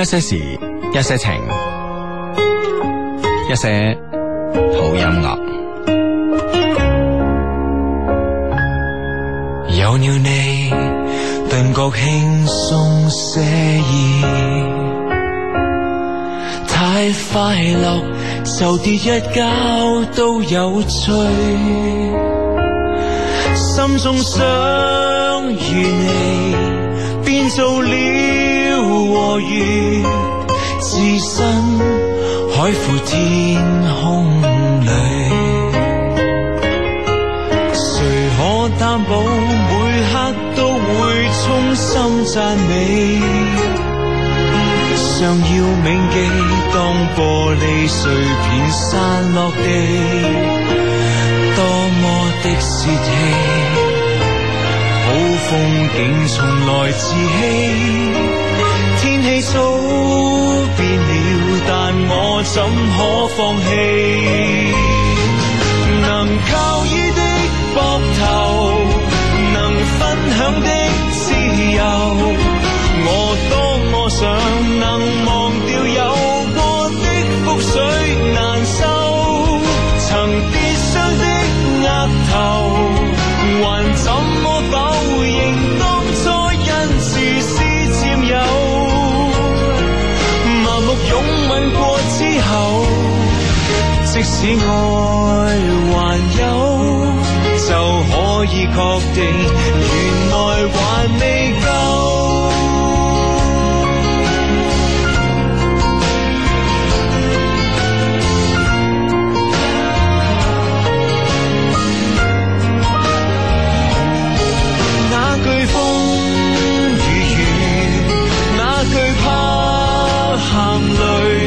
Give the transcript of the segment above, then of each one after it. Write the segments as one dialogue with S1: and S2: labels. S1: 一些事，一些情，一些好音樂。
S2: 有了你，頓覺輕鬆寫意。太快樂就跌一跤都有趣，心中想與你，變做了和弦，置身海闊天空裏。誰可擔保每刻都會衷心讚美？常要銘記，當玻璃碎片散落地，多麼的泄氣。好風景從來自欺，天氣早變了，但我怎可放棄？能靠依的膊頭，能分享的自由，我多麼想能忘掉有過的覆水難收，曾跌傷的額頭，還怎麼否認當初因自私佔有，麻木擁吻過之後。即使愛還有，就可以確定，原來還未夠。那懼風與雨，那懼怕喊淚，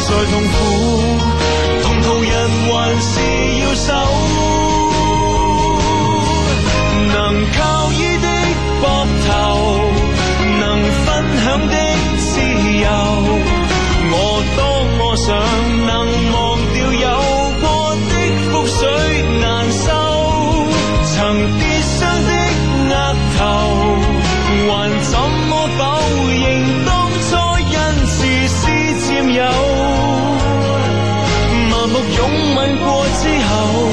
S2: 再痛苦，同途人還是要守。能靠依的膊頭，能分享的自由，我多麼想能忘掉有過的覆水難收。曾跌傷的額頭，還怎麼否認當初因自私佔有？麻木擁吻過之後，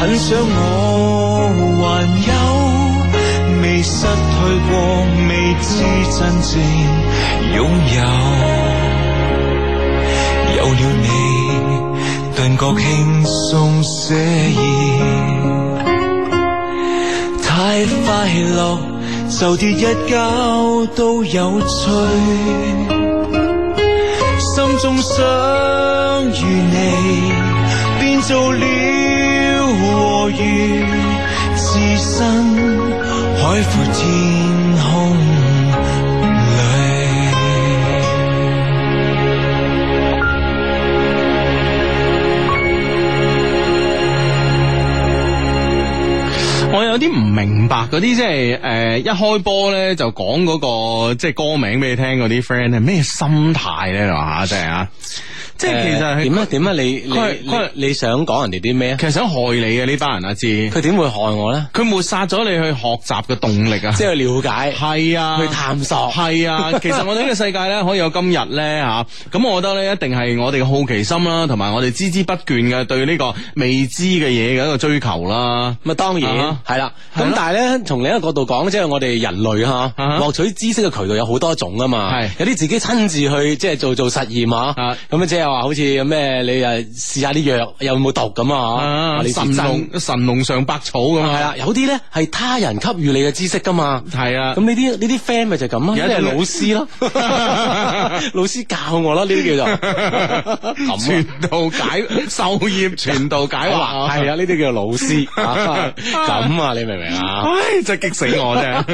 S2: 很想我還有，未失去過，未知真正擁有。有了你，頓覺輕鬆寫意。太快樂就跌一跤都有趣，心中想與你變做了和弦，置身海闊天空裏。
S1: 我有啲唔明白嗰啲即係誒一開波咧就講嗰、個即係歌名俾你聽嗰啲 friend 係咩心態咧話真係啊！即係其實係
S3: 誒點啊點啊，你
S1: 佢
S3: 你
S1: 佢
S3: 你你想講人哋啲咩啊？
S1: 其實想害你嘅呢班人啊，知
S3: 佢點會害我咧？
S1: 佢抹殺咗你去學習嘅動力啊！
S3: 即係去了解，
S1: 係啊，
S3: 去探索。
S1: 係啊，其實我哋呢個世界咧可以有今日咧吓，咁、我覺得咧一定係我哋嘅好奇心啦，同埋我哋孜孜不倦嘅對呢個未知嘅嘢嘅一個追求啦。
S3: 咁啊，當然
S1: 啊
S3: 係啦。
S1: 係
S3: 咁
S1: 咯
S3: 但係咧，從另一個角度講，即係我哋人類嚇
S1: 啊
S3: 獲取知識嘅渠道有好多種啊嘛。
S1: 係
S3: 有啲自己親自去即係做做實驗
S1: 啊
S3: 啊。咁啊，即係話好似咩你啊試下啲藥有冇毒咁啊？你
S1: 神
S3: 試真
S1: 農神農上百草咁
S3: 係
S1: 啊，
S3: 啦，有啲咧係他人給予你嘅知識噶嘛。
S1: 係啊
S3: 咁。呢啲呢啲 friend 咪就係咁咯，
S1: 有一
S3: 即係
S1: 種
S3: 老師咯， 老師教我咯，呢啲叫 做
S1: 傳道解授業，傳道解惑，
S3: 係啊，呢啲叫老師 啊咁啊，你明唔明啊？
S1: 唉，真係激死我啫！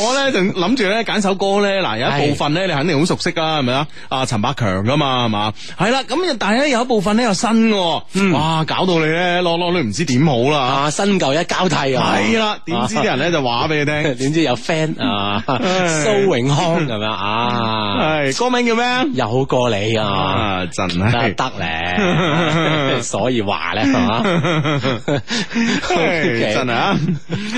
S1: 我啊咧就諗住咧揀首歌咧，嗱有一部分咧你肯定好熟悉啦，係咪啊？啊陳百強噶嘛，係嘛？係啦，咁但係咧有一部分咧又新嘅，哇，搞到你咧攞攞你唔知點好啦
S3: 啊，新舊一交替
S1: 吓。
S3: 啊，
S1: 係啦，點知啲人咧就話俾你聽，
S3: 點知有 friend 啊，蘇永康咁樣啊，
S1: 係歌名叫咩？
S3: 有過你啊，
S1: 啊，真
S3: 嗯得
S1: 係。
S3: 得 咧，所以話咧係嘛，
S1: 唉
S3: OK
S1: 真係啊！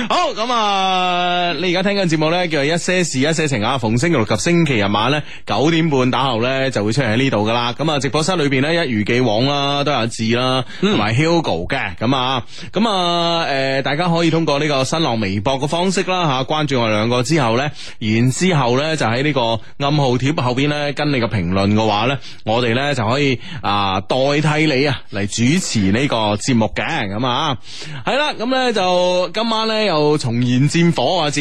S1: 好咁啊，你而家聽緊節目咧，叫做一些事一些情啊。逢星期六及星期日晚咧，九點半打後咧就會出現喺呢度噶啦。咁啊，直播室裏邊咧一如既往啦，都有阿志啦，同埋 Hugo 嘅咁啊。咁啊，誒，大家可以通過呢個新浪微博嘅方式啦嚇，關注我哋兩個之後咧，然之後咧就喺呢個暗號貼後邊咧跟你嘅評論嘅話咧，我哋咧就可以啊代替你啊嚟主持呢個節目嘅咁啊，係啦，咁咧就今晚咧又重燃戰火啊，至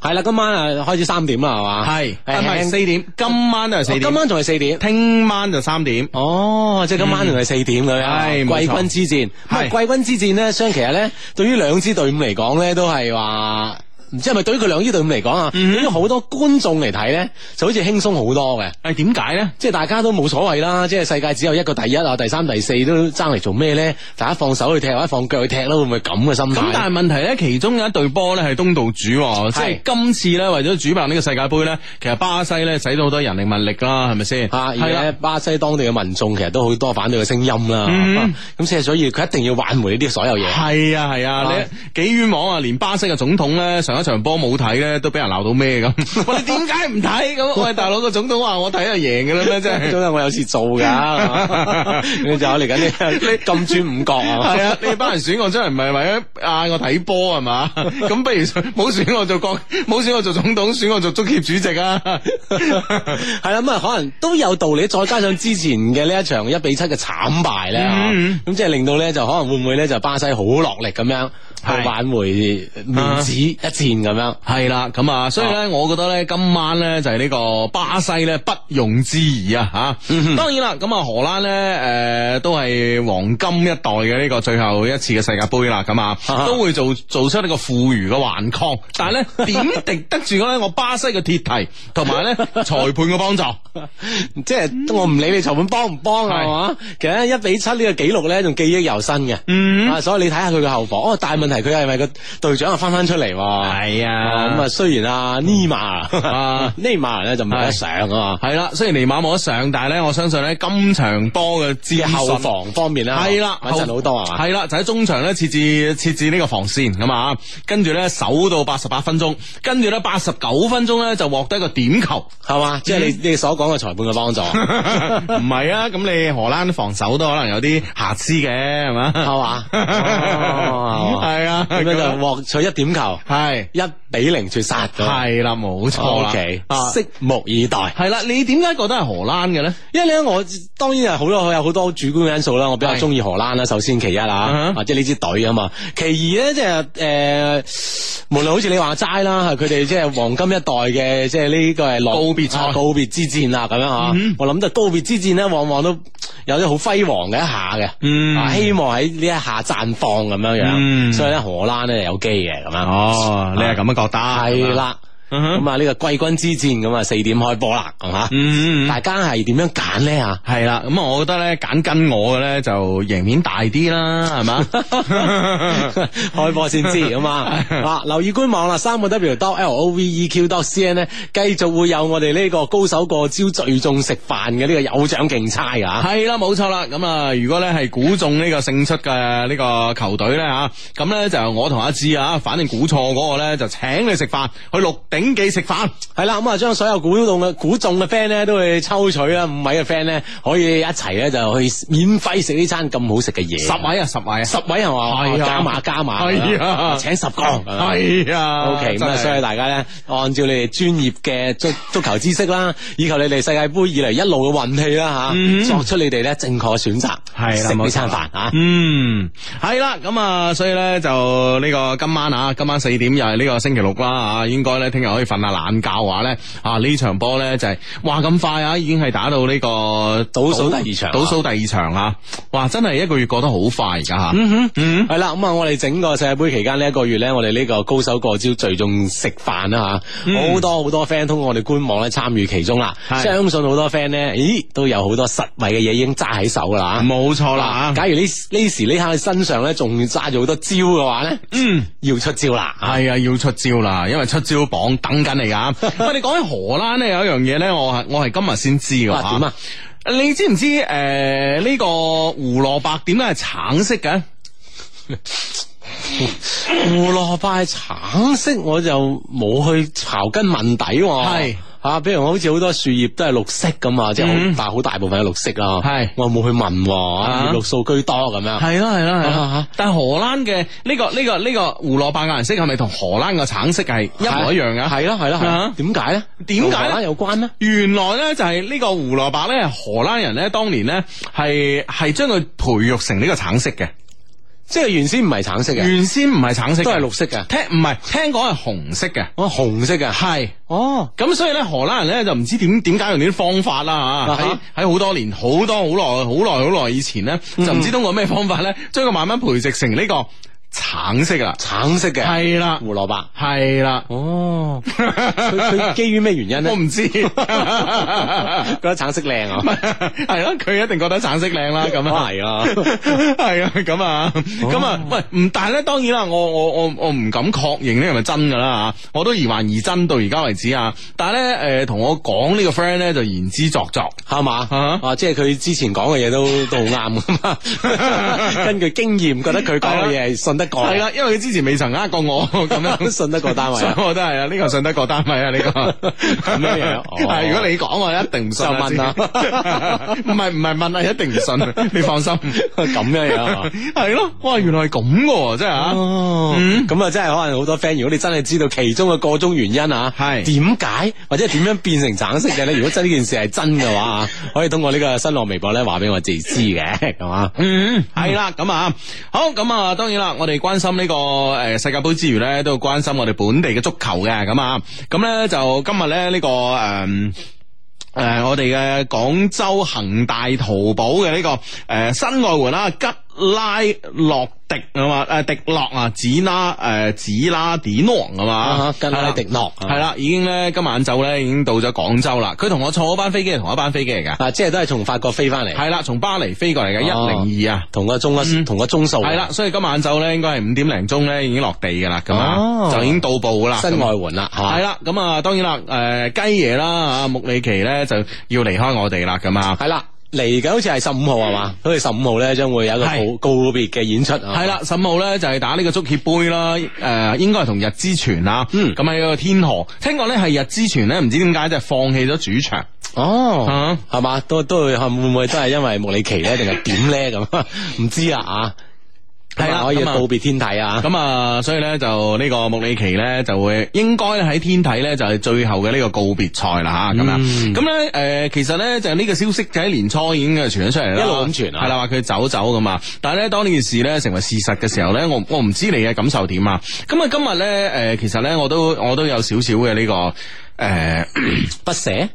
S3: 係啦，今晚啊開始三點啦係嘛，
S1: 係唔
S3: 係
S1: 係
S3: 輕
S1: 四點？今晚都係四
S3: 哦
S1: 點，
S3: 今晚仲係四點。
S1: 聽晚就三點。
S3: 哦，即係今晚仲係四點咁
S1: 嗯係
S3: 樣，
S1: 冇
S3: 季
S1: 錯
S3: 軍之戰，咁啊
S1: 係
S3: 季軍之戰咧，相其實咧，對於兩支隊伍嚟講咧，都係話。唔知係咪對於佢兩支隊伍嚟講啊，對
S1: 嗯
S3: 於好多觀眾嚟睇咧，就好似輕鬆好多嘅，
S1: 誒點解咧？
S3: 即係大家都冇所謂啦，即係世界只有一個第一啊，第三、第四都爭嚟做咩咧？大家放手去踢或者放腳去踢啦，會唔會咁嘅心
S1: 咁但
S3: 態？
S1: 係問題咧，其中有一隊波咧係東道主喎，即係
S3: 係
S1: 今次咧為咗主辦呢個世界盃咧，其實巴西咧使咗好多人力物力啦，係咪先？
S3: 啊，而
S1: 係啦
S3: 且巴西當地嘅民眾其實都好多反對嘅聲音啦，啊
S1: 嗯
S3: 咁即係所以佢一定要挽回呢啲所有嘢。
S1: 係啊係啊，
S3: 啊
S1: 你幾冤枉啊！連巴西嘅總統咧，上一場波冇睇咧，都俾人鬧到咩 咁？喂，你點解唔睇咁？喂，大佬個總統話我睇就贏嘅啦 咩？真係
S3: 真係我有事 做噶，你就嚟緊呢金磚五國啊！
S1: 係啊！你班人選我真係唔係為咗嗌我睇波啊係 嘛？咁不如冇選我做國，冇選我做總統，選我做足協主席啊！
S3: 係啦，咁啊，可能都有道理。再加上之前嘅呢一場一比七嘅慘敗咧，
S1: 嗯
S3: 咁即係令到咧就可能會唔會咧就巴西好落力咁樣
S1: 係
S3: 去挽回面子一戰咁樣。
S1: 啊係啦，咁啊，所以咧，我覺得咧，今晚咧就係呢個巴西咧不容置疑啊，吓、
S3: 嗯
S1: 當然啦，咁啊，荷蘭咧，誒、都係黃金一代嘅呢個最後一次嘅世界盃啦，咁啊，
S3: 哈
S1: 都會做做出呢個富裕嘅頑 抗，但係咧點敵得住咧我巴西嘅鐵蹄同埋 咧裁判嘅幫助，
S3: 即係我唔理你裁判幫唔幫啊，
S1: 係
S3: 係嘛？其實一比七呢個紀錄咧，仲記憶猶新嘅。
S1: 嗯
S3: 啊，所以你睇下佢嘅後防。哦，但係問題佢係咪個隊長啊翻翻出嚟喎？
S1: 係
S3: 啊咁啊，雖然啊尼瑪
S1: 啊
S3: 啊尼瑪咧就冇得上啊嘛，
S1: 係啦，雖然尼馬冇得上，但係咧，我相信咧今場波嘅
S3: 嘅
S1: 戰
S3: 後
S1: 術
S3: 防方面啦，
S1: 係啦，
S3: 啊穩陣好多啊嘛，
S1: 係啦，就喺中場咧設置設置呢個防線咁啊，跟住咧守到八十八分鐘，跟住咧八十九分鐘咧就獲得一個點球。
S3: 係嘛，即係
S1: 嗯
S3: 你你所講嘅裁判嘅幫助，係
S1: 唔係啊，咁你荷蘭防守都可能有啲瑕疵嘅，係嘛？
S3: 嘛，哦
S1: 係啊，
S3: 咁樣就獲取一點球，
S1: 係
S3: 一比零絕殺咁。
S1: 係啦，冇錯啦。
S3: OK，
S1: 啊
S3: 拭目以待。
S1: 係啦，你點解覺得係荷蘭嘅咧？
S3: 因為咧，我當然係好多有好多主觀嘅因素啦。我比較中意荷蘭啦，首先其一啦
S1: 嗯，
S3: 或者呢支隊啊嘛。其二咧，即係诶，無論好似你話齋啦，佢哋即係黃金一代嘅，即係呢個係落
S1: 告嗯別賽
S3: 啊告別之戰啦，咁樣吓。我諗到告別之戰咧，往往都有啲好輝煌嘅一下嘅，
S1: 嗯
S3: 啊希望喺呢一下綻放咁樣
S1: 嗯
S3: 樣。所以咧，荷蘭咧有機嘅啊咁樣。
S1: 哦，你係咁樣覺得？
S3: 係，啦，
S1: 嗯哼
S3: 咁啊呢個季軍之戰咁啊四點開波啦，咁啊吓。
S1: 嗯。
S3: 大家係點樣揀咧吓？
S1: 系啦，咁啊，我覺得咧揀跟我嘅咧就贏面大啲啦，係嘛？
S3: 开波先知咁啊！啊，留意官網啦，三個 W dot L O V E Q dot C N 咧，繼續會有我哋呢個高手過招聚眾食飯嘅呢個有獎競猜啊！
S1: 係啦，冇錯啦。咁啊，如果咧係估中呢個勝出嘅呢個球隊咧吓，咁咧就我同阿志啊，反正估錯嗰個咧就請你食飯，去鹿鼎記食飯。
S3: 係啦，咁啊，將所有估中嘅估中嘅 friend 咧，都會抽取啦，五位嘅 friend 咧，可以一齊咧就去免費食呢餐咁好食嘅嘢。
S1: 十位啊，十位啊，
S3: 十位係嘛？
S1: 係啊
S3: 加碼加碼，
S1: 係啊
S3: 請十個。
S1: 係啊
S3: O K，咁
S1: 真
S3: 啊，
S1: 係
S3: 所以大家咧，按照你哋專業嘅足足球知識啦，以及你哋世界盃以嚟一路嘅運氣啦
S1: 嗯
S3: 吓，作出你哋咧正確嘅選擇，
S1: 係啦
S3: 食
S1: 冇錯
S3: 呢餐
S1: 啦
S3: 飯啊。
S1: 嗯，係啦，咁啊，所以咧就呢個今晚啊，今晚四點又係呢個星期六啦啊，應該咧聽日又可以瞓下懶覺嘅話咧，啊呢場波咧就係哇咁快啊，已經係打到呢個
S3: 倒數第二場啊
S1: 倒數第二場啊！哇，真係一個月過得好快而家吓，嗯嗯。
S3: 系啦，咁啊，我哋整個世界盃期間呢一個月咧，我哋呢個高手過招聚眾食飯啦吓，好、多好多 friend 通過我哋官網咧參與其中啦，
S1: 嗯係
S3: 相信好多 friend 咧，咦都有好多實惠嘅嘢已經揸喺手噶啦嚇
S1: 冇錯啦，
S3: 啊
S1: 啊
S3: 假如呢呢時呢刻喺身上咧，仲揸住好多招嘅話咧，嗯，要出招啦嚇
S1: 系啊，要出招啦，因為出招榜等緊你 噶。喂，你講起荷蘭咧，有一樣嘢咧，我係我係今日先知噶。
S3: 啊點啊？
S1: 你知唔知诶呢個胡蘿蔔點解係橙色嘅？
S3: 胡蘿蔔係橙色，我就冇去刨根問底喎、
S1: 係
S3: 啊，比如好似好多樹葉都係綠色咁啊，即係好
S1: 嗯
S3: 大好大部分係綠色啦。
S1: 係
S3: 我冇去問喎，
S1: 啊
S3: 葉綠素居多咁樣。
S1: 係啦係啦
S3: 啊啊啊
S1: 但係荷蘭嘅呢個呢個呢個胡蘿蔔嘅顏色係咪同荷蘭嘅橙色係一模一樣噶？
S3: 係啦係啦係啦
S1: 啊，
S3: 點解咧？
S1: 點解
S3: 同
S1: 呢
S3: 荷蘭有關呢？
S1: 原來咧就係呢個胡蘿蔔咧，荷蘭人咧當年咧係係將佢培育成呢個橙色嘅，
S3: 即係原先唔係橙色嘅，
S1: 原先唔係橙色嘅，
S3: 都係綠色嘅，
S1: 聽唔係聽講係紅色嘅，
S3: 哦紅色嘅，
S1: 係。
S3: 哦
S1: 咁所以咧，荷蘭人咧就唔知點點解用呢啲方法啦吓，喺
S3: 啊哈
S1: 喺好多年、好多好耐、好耐、好耐以前咧，
S3: 嗯
S1: 就唔知通過咩方法咧，將佢慢慢培植成呢個橙色啦。
S3: 橙色嘅
S1: 係啦，
S3: 胡蘿蔔。
S1: 係啦，
S3: 哦， 佢佢基於咩原因咧
S1: 我？唔 知， 係
S3: 覺得橙色靚啊，
S1: 咯，佢一定覺得橙色靚啦，咁啊。
S3: 係啊。
S1: 係啊，咁啊，咁啊，喂，唔，但係咧，當然啦，我我我我唔敢確認呢係咪真㗎啦吓，我都疑幻疑真到而家為止啊。但係咧，诶、同我講呢個 friend 咧就言之鑿鑿。
S3: 系嘛？
S1: 啊
S3: 啊，即系佢之前講嘅嘢都 都好啱 噶嘛。根據經驗，覺得佢講嘅嘢係信得過嘅，
S1: 系啦，因為佢之前未曾呃過我咁 樣，
S3: 信得過單位
S1: 所以
S3: 啊。
S1: 我都係啊，呢個 信得過單位啊，呢個咁啊
S3: 樣 樣哦
S1: 係如果你講我一定唔信啊，
S3: 就問啦
S1: 知唔係唔係問啊，一定唔信，你放心。
S3: 咁樣樣啊。
S1: 係咯，哇，原來係咁噶喎，真係啊！
S3: 哦，咁啊，真係可能好多 friend，如果你真係知道其中嘅個中原因啊，
S1: 係
S3: 點解或者點樣變成橙色 嘅咧？如果真呢件事係真嘅話啊，可以通過呢個新浪微博咧話俾我自己知嘅，係嘛？
S1: 嗯，系啦，咁啊，好，咁啊，當然啦，我哋關心呢、個个呃世界盃之餘咧，都要關心我哋本地嘅足球嘅，咁啊，咁咧就今日咧呢、個个诶。嗯誒、我哋嘅廣州恒大淘寶嘅呢、個誒、新外援啦，吉拉洛迪啊嘛，誒、迪洛啊，紫拉誒、紫拉典王啊嘛
S3: 啊，吉拉迪諾
S1: 係啦，已經咧今晚晏晝咧已經到咗廣州啦。佢同我坐嗰班飛機係同一班飛機嚟嘅，
S3: 啊，即係都係從法國飛翻嚟，
S1: 係啦，從巴黎飛過嚟嘅
S3: 哦
S1: 一零二啊。
S3: 同個中同個中數啊
S1: 系啦，所以今晚晝咧應該係五點零鐘咧已經落地噶啦，咁
S3: 哦
S1: 啊就已經到埗噶啦。啊
S3: 新外援啦，係嘛
S1: 系？啦，咁啊當然啦，诶雞爺啦啊穆里奇咧就要離開我哋啦，咁啊
S3: 系啦，嚟緊好似係十五號係嘛？好似十五號咧，將會有一個告
S1: 嗯係
S3: 告別嘅演出啊。
S1: 係啦，十五號咧就係打呢個足協杯啦，诶應該係同日之泉啊，
S3: 嗯
S1: 咁喺個天河，聽講咧係日之泉咧唔知點解就係放棄咗主場
S3: 哦，
S1: 啊。
S3: 係嘛？都都會會唔會都係因為穆里奇咧，定係點咧咁？ 唔知啊啊，
S1: 係啦
S3: 咁啊可以
S1: 咁啊
S3: 告別天體啊。
S1: 咁啊，所以咧就呢個穆里奇咧就會應該喺天體咧就係最後嘅呢個告別賽啦吓，咁樣。嗯咁咧诶，誒其實咧就呢個消息就喺年初已經傳咗出嚟啦，
S3: 一路咁傳啊
S1: 係啦，話佢走走噶嘛。但係咧，當呢件事咧成為事實嘅時候咧，我我唔知你嘅感受點啊。咁啊，今日咧诶，誒其實咧我都我都有少少嘅呢個诶
S3: 不捨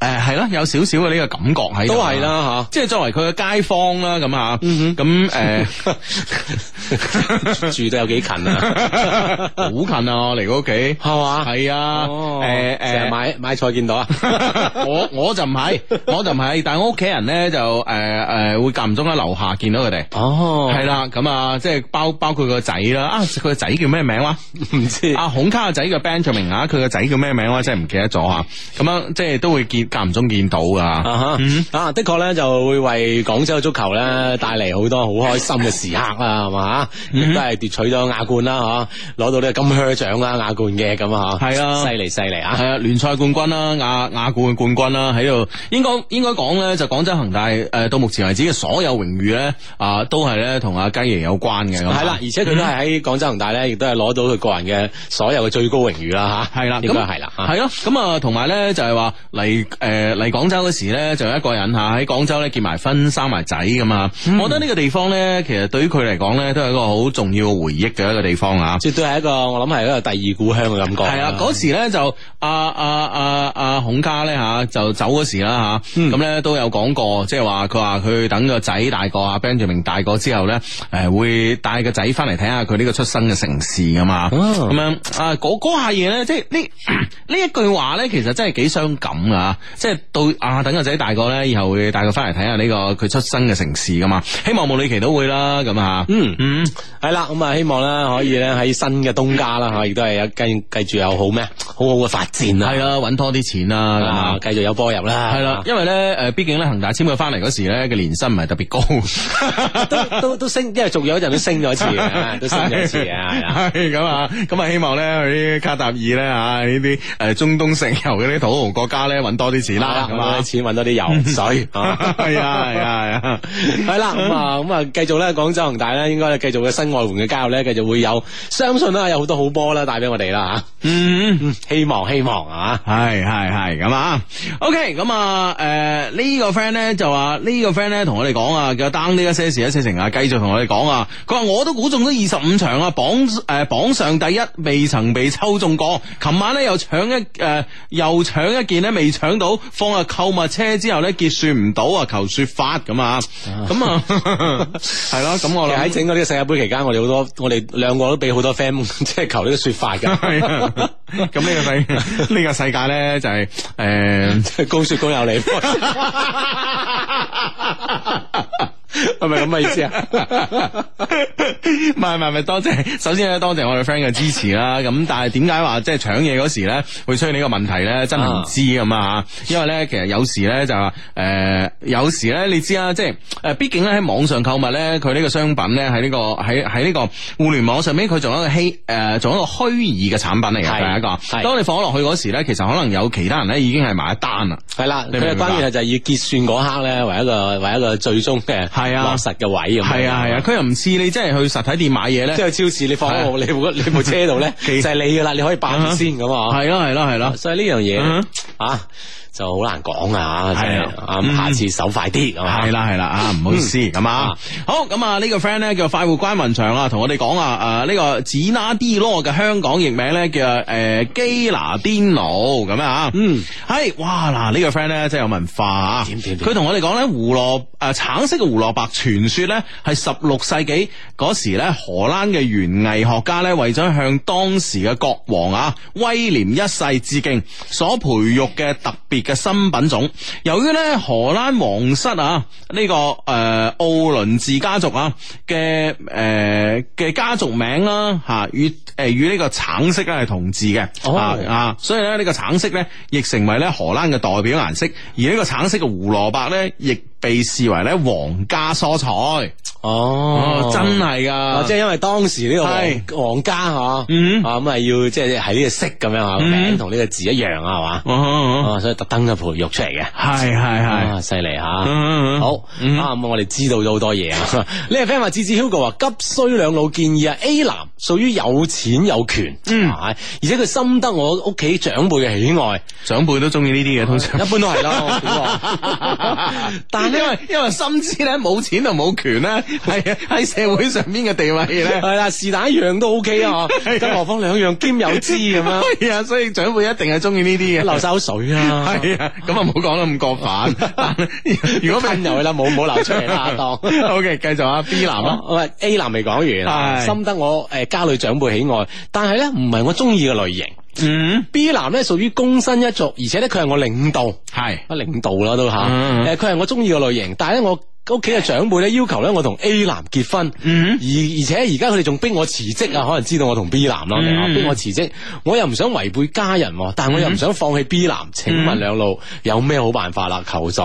S1: 诶 係啦，有少少嘅呢個感覺喺度
S3: 都
S1: 啊
S3: 係。啦
S1: 即係嗯作為佢嘅街坊啦，咁吓，咁诶。
S3: 吓，住得有幾近 啊？
S1: 好近啊！我嚟我屋企，
S3: 係嘛？
S1: 系啊，
S3: 诶
S1: 诶
S3: 诶，哦成日
S1: 诶，
S3: 買買菜見到啊，
S1: 我我就唔係，我就唔係，但係我屋企人咧就诶诶會間唔中喺樓下見到佢哋，
S3: 哦
S1: 係啦，咁啊，即係包包括個仔啦，啊，佢個仔叫咩名話？
S3: 唔知啊
S1: 阿孔卡個仔叫 Benjamin 啊，佢個仔叫咩名話？真係唔記得咗啊！咁樣即係都會見間唔中見到噶，
S3: 啊哈，Uh-huh. Ah, 啊的確咧就會為廣州足球咧帶嚟好多好開心嘅時刻啦，係嘛，
S1: Mm-hmm.
S3: 亦都係奪取咗亞冠啦，吓攞到呢個金靴獎啦，亞冠嘅咁啊，
S1: 係啊
S3: 犀利犀利啊！
S1: 係啊，聯賽冠軍啦，亞亞冠冠軍啦，喺度應該應該講咧，就廣州恒大誒、到目前為止嘅所有榮譽咧，啊、都係咧同阿雞爺有關嘅咁啊。
S3: 係啦，而且佢都係喺廣州恒大咧，亦都係攞到佢個人嘅所有嘅最高榮譽啦，吓
S1: 系啦，
S3: 應
S1: 咁啊
S3: 該係啦，嚇
S1: 系咯，咁啊，同埋咧就係話嚟誒嚟廣州嗰時咧，就有一個人嚇喺廣州咧結埋婚、生埋仔咁啊。
S3: 嗯
S1: 我覺得呢個地方咧，其實對於佢嚟講咧，都係一個好重要嘅回憶嘅一個地方啊。
S3: 絕對係一個我諗係一個第二故鄉嘅感覺。
S1: 係啊，嗰時咧就阿阿阿阿孔家咧吓就走嗰時啦吓，
S3: 嗯
S1: 咁咧都有講過，即係話佢話佢等個仔大個啊，Benjamin 大個之後咧，誒會帶個仔翻嚟睇下佢呢個出生嘅城市噶嘛，
S3: 哦
S1: 咁樣啊嗰嗰下嘢咧，即係呢呢一句話咧，其實真係幾傷感啊！即係到啊等個仔大個咧，以後會帶佢翻嚟睇下呢個佢出生嘅城市噶嘛，希望冇李奇都會啦，咁啊，
S3: 嗯
S1: 嗯。
S3: 係啦，咁啊希望咧可以咧喺新嘅東家啦吓，亦都係有繼繼續有好咩好好嘅發展啊
S1: 係，啦，搵多啲錢啦，咁啊
S3: 啊，繼續有波入啦，
S1: 系啦，因為咧，诶，毕竟咧，恒大簽佢翻嚟嗰時咧，嘅年薪唔係特別高，
S3: 都都都升，因為續約嗰陣都升咗一次 嘅， 都升咗一次嘅，係啦。
S1: 係咁啊，咁啊，希望咧去啲卡塔爾咧啊，呢啲诶中東石油嗰啲土豪國家咧，搵多啲錢啦，
S3: 啦，咁
S1: 咁
S3: 啊
S1: 啊
S3: 啲，錢揾多啲油水啊！
S1: 係啊，係啊，係啊，
S3: 係啦，咁啊，咁啊，繼續咧，廣州恒大咧，應該繼續嘅新外援嘅加入咧，繼續會有，相信啦，有好多好波啦，帶俾我哋啦
S1: 嗯。
S3: 吓，希望希望啊！
S1: 系系系咁啊，OK，咁啊，诶、呢、個 friend 咧就話呢、個 friend 咧同我哋講啊，叫 down 呢一些事一些情啊，繼續同我哋講啊，佢話我都估中咗二十五場啊，榜诶、榜上第一未曾被抽中過，琴晚咧又搶一诶、又搶一件咧未搶到，放入購物車之後咧結算唔到啊，求说法咁啊，咁 啊係咯，咁我
S3: 其實
S1: 諗。
S3: 喺整個呢個世界盃期間，我哋好多，我哋兩個都俾好多 friend 即係求呢個説法
S1: 係啊
S3: 㗎，
S1: 咁呢個世呢個世界咧就係呃誒
S3: 高説高 有 理，係咪咁嘅意思啊？
S1: 唔係唔係唔係，多謝，首先咧多謝我哋 friend 嘅支持啦。咁但係點解話即係搶嘢嗰時咧會出現呢個問題咧？真係唔知咁啊！因為咧其實有時咧就話誒、有時咧你知啦，即係誒，畢竟咧喺網上購物咧，佢呢個商品咧喺呢個喺喺呢個互聯網上面，佢仲有一個虛誒，仲、有一個虛擬嘅產品嚟嘅，
S3: 係
S1: 第一個。
S3: 係
S1: 當你放咗落去嗰時咧，其實可能有其他人咧已經係買一單啦。
S3: 係啦，
S1: 你
S3: 佢
S1: 明唔
S3: 嘅
S1: 明白
S3: 關鍵係就係以結算嗰刻咧為一個為一個最終嘅
S1: 係啊
S3: 落實嘅位咁樣。
S1: 係啊係啊，佢又唔似你即係去實體店買嘢咧。
S3: 即係超市你放喺部你部你部車度咧，
S1: 啊 其
S3: 就係你噶啦，你可以霸先咁啊。
S1: 哦係咯係咯係咯。
S3: 所以呢樣
S1: 嗯
S3: 嘢啊，就好難講啊，真
S1: 係啊
S3: 係啊，
S1: 嗯
S3: 咁下次手快啲啊。
S1: 系啦系啦啊，唔好意
S3: 嗯
S1: 思咁啊。好咁啊，呢個 friend 咧叫快活關雲長啊，同我哋講啊，誒呢個紫拿 D 羅嘅香港譯名咧叫誒基拿甸奴咁啊。
S3: 嗯，
S1: 係哇嗱，呢個 friend 咧真係有文化啊。
S3: 點點點
S1: 佢同我哋講咧胡蘿誒橙色嘅胡蘿蔔傳說咧係十六世紀嗰時咧荷蘭嘅園藝學家咧為咗向當時嘅國王啊威廉一世致敬所培育嘅特別嘅新品種。由於咧荷蘭皇室啊呢、個誒、呃、奧倫治家族啊嘅誒嘅家族名啦嚇與誒與呢個橙色咧係同字嘅、
S3: 哦
S1: 啊啊，所以咧呢個橙色咧，亦成為咧荷蘭嘅代表顏色，而呢個橙色嘅胡蘿蔔咧，亦被視為咧皇家蔬菜。
S3: 哦，
S1: 真。係噶，
S3: 啊！即係因為當時呢個
S1: 係
S3: 皇皇家嚇，
S1: 嗯
S3: 啊咁係要即係喺呢個色咁樣啊，
S1: 嗯
S3: 名同呢個字一樣啊，係嘛？
S1: 哦，
S3: 啊，所以特登嘅培育出嚟嘅，
S1: 係係係
S3: 啊，犀利嚇！
S1: 嗯，
S3: 好啊，咁我哋知道咗好多嘢啊！ 呢個 friend 話：，芝芝 Hugo 話急需兩老建議啊！A 男屬於有錢有權，嗯，而且佢深得我屋企長輩嘅喜愛，
S1: 長輩都中意呢啲嘢，通常
S3: 一。般都 係啦我估啊。但
S1: 但
S3: 係
S1: 因
S3: 呢
S1: 為因為深知咧冇錢就冇權 咧，係啊喺社會上邊嘅地位咧，
S3: 係啦，是但一樣都 OK 啊，更何況兩樣兼有之咁樣，
S1: 係啊，所以長輩一定係中意呢啲嘅。
S3: 流晒口水啊！
S1: 係啊，咁啊唔好講得咁過 分。但係如果俾
S3: 噴入去 啦，冇冇流出嚟啦，當。
S1: O K，繼續啊，B 男啊。
S3: 好喂，A 男未講完啊，
S1: 係
S3: 深得我誒家裏長輩喜愛，但係咧唔係我中意嘅類型。
S1: 嗯，
S3: B 男咧屬於工薪一族，而且咧佢係我領導，
S1: 係。
S3: 啊領導啦都吓，
S1: 嗯
S3: 誒佢係我中意嘅類型，但係咧我屋企嘅長輩咧要求咧我同 A 男結婚，
S1: 嗯
S3: 而而且而家佢哋仲逼我辭職啊，可能知道我同 B 男啦，你話
S1: 嗯
S3: 逼我辭職，我又唔想違背家人喎，但我又唔想放棄 B 男，請問兩
S1: 嗯
S3: 路有咩好辦法啦？求助，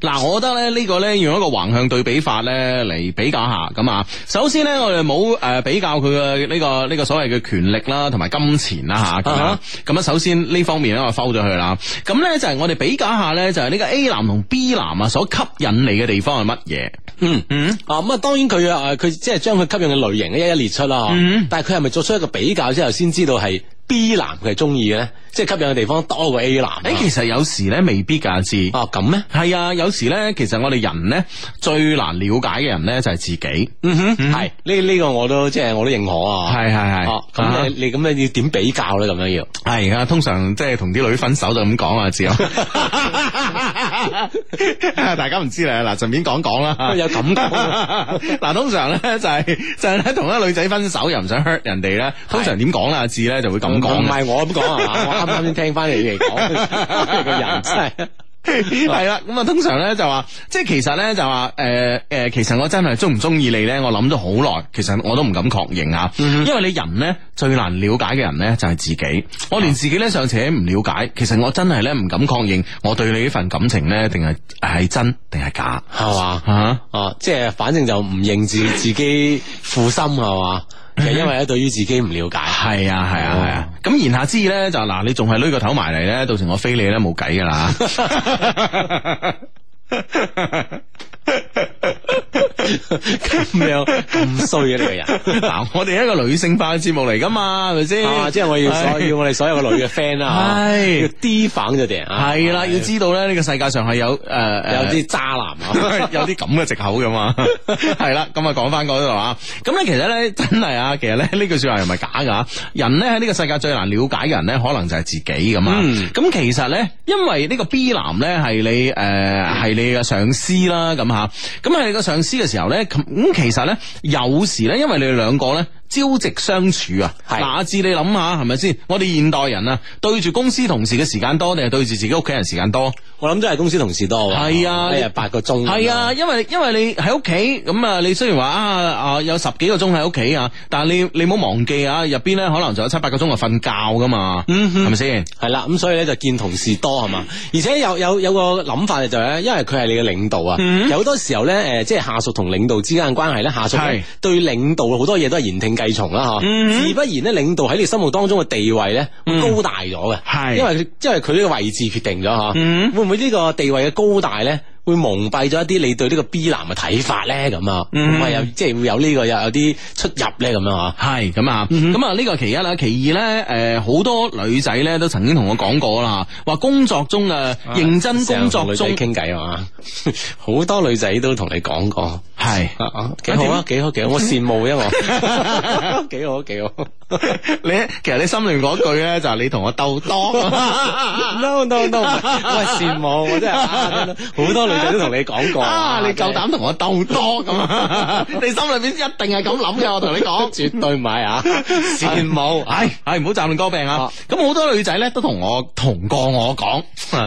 S1: 嗱，我覺得咧呢個咧用一個橫向對比法咧嚟比較下咁啊。首先咧，我哋冇誒比較佢嘅呢個呢、個所謂嘅權力啦，同埋金錢啦吓咁
S3: 啊
S1: 啊。咁啊，首先呢方面咧，我摟咗佢啦。咁咧就係我哋比較下咧，就係、呢個 A 男同 B 男啊所吸引你嘅地方係乜嘢？
S3: 嗯。
S1: 嗯。
S3: 啊咁啊，當然佢啊，佢即係將佢吸引嘅類型一一列出啦。
S1: 嗯
S3: 但係佢係咪作出一個比較之後，先知道係 B 男佢係中意嘅咧？即係吸引嘅地方多過 A 男啊。
S1: 誒，其實有時咧未必㗎，志。
S3: 哦咁咩？
S1: 係啊，有時咧，其實我哋人咧最難了解嘅人咧就係自己。係
S3: 嗯哼，係呢呢個我都即係我都認可啊。
S1: 係係啊
S3: 哦，咁你你咁你要點比較咧？咁樣要
S1: 系啊，通常即系同啲女分手就咁講啊， 只有大家唔知啦，嗱，順便講講啦。
S3: 有咁講，啊
S1: 嗱，通常咧就係就係咧同一個女仔分手又唔想 hurt 人哋咧，通常點講啦？阿志咧就會咁講啊
S3: 唔
S1: 嘅。
S3: 係我咁講係嘛？我啱啱先聽翻你 哋講，你個人真係
S1: 係啦，咁啊，通常咧就話，即係其實咧就話，诶、呃、其實我真係中唔中意你咧，我諗咗好耐，其實我都唔敢確認啊，
S3: 嗯
S1: 因為你人咧最難了解嘅人咧就係自己，我連自己咧尚且唔了解，其實我真係咧唔敢確認，我對你呢份感情咧，定係係真定係假
S3: 係嘛？
S1: 啊？
S3: 哦，即係反正就唔認自自己負心係嘛？就因為咧對於自己唔了解。
S1: 係啊係啊
S3: 哦
S1: 係啊，咁、言下之意咧就嗱，你仲係攣個頭埋嚟咧，到時我飛你咧冇計噶 啦。
S3: 咁樣咁衰嘅呢 個人，
S1: 嗱，我哋係一個女性化嘅節目嚟噶嘛，係咪先？
S3: 啊，即係我要所
S1: 係
S3: 要我哋所有嘅女嘅 friend 啦，啊
S1: 係
S3: 要 D 反咗哋啊，
S1: 係啦，要知道咧，呢個世界上係有呃诶
S3: 有啲渣男啊，
S1: 有啲咁嘅藉口噶嘛，係啦，咁啊講翻嗰度啊，咁咧其實咧真係啊，其實咧呢句说話又唔係假噶，人咧喺呢個世界最難了解嘅人咧，可能就係自己咁啊。咁其實咧，因為呢個 B 男咧係你诶係你嘅上司啦，咁吓，咁係你個上司嘅時候咧，咁咁其實咧有時咧，因為你哋兩個咧。朝夕相處啊，
S3: 係
S1: 嗱，阿志你諗下係咪先？我哋現代人啊，對住公司同事嘅時間多，定係對住自己屋企人時間多？
S3: 我諗都係公司同事多喎，
S1: 係啊
S3: 一日八個鐘咁樣，
S1: 系啊，因为因为你喺屋企咁啊，你雖然話啊啊有十幾個鐘喺屋企啊，但係你你唔好忘記啊，入邊咧可能仲有七八個鐘係瞓覺噶嘛，
S3: 嗯
S1: 係咪先？
S3: 系啦，咁所以咧就見同事多係嘛，而且有有有個諗法就係咧，因為佢係你嘅領導啊，
S1: 嗯
S3: 有好多時候咧，诶、即係下屬同領導之間嘅關係咧，下屬
S1: 係嗯
S3: 呢對領導好多嘢都係言聽計從啦，吓、自不然咧，領導喺你心目當中嘅地位咧會高大咗嘅，
S1: 係嗯
S3: 因為佢因为佢呢個位置決定咗吓，會唔會呢個地位嘅高大咧？會蒙蔽咗一啲你對呢個 B 男嘅睇法咧，咁啊，
S1: 嗯
S3: 咁啊有即係會有呢、個有有啲出入咧，咁樣啊，
S1: 係咁啊，咁啊呢個其一啦，其二咧，诶、好多女仔咧都曾經同我講過啦，話工作中啊，認真工作
S3: 成
S1: 中
S3: 日同女仔傾偈啊嘛， 好多女仔都同你講過。
S1: 係。
S3: 啊啊，几好啊，幾好幾好，我羨慕啊 我，幾好幾好。
S1: 你其實你心裏嗰句咧就係你同我鬥多。
S3: No no no，我係羨慕，我真係啊好多女仔都同你講過
S1: 啊！你夠膽同我鬥多咁啊！ 你心裏邊一定係咁諗嘅，我同你講。
S3: 真係絕對唔 係啊！羨慕，
S1: 唉唉，唔好站亂歌病啊
S3: 啊！
S1: 咁好多女仔咧都同我同過我講，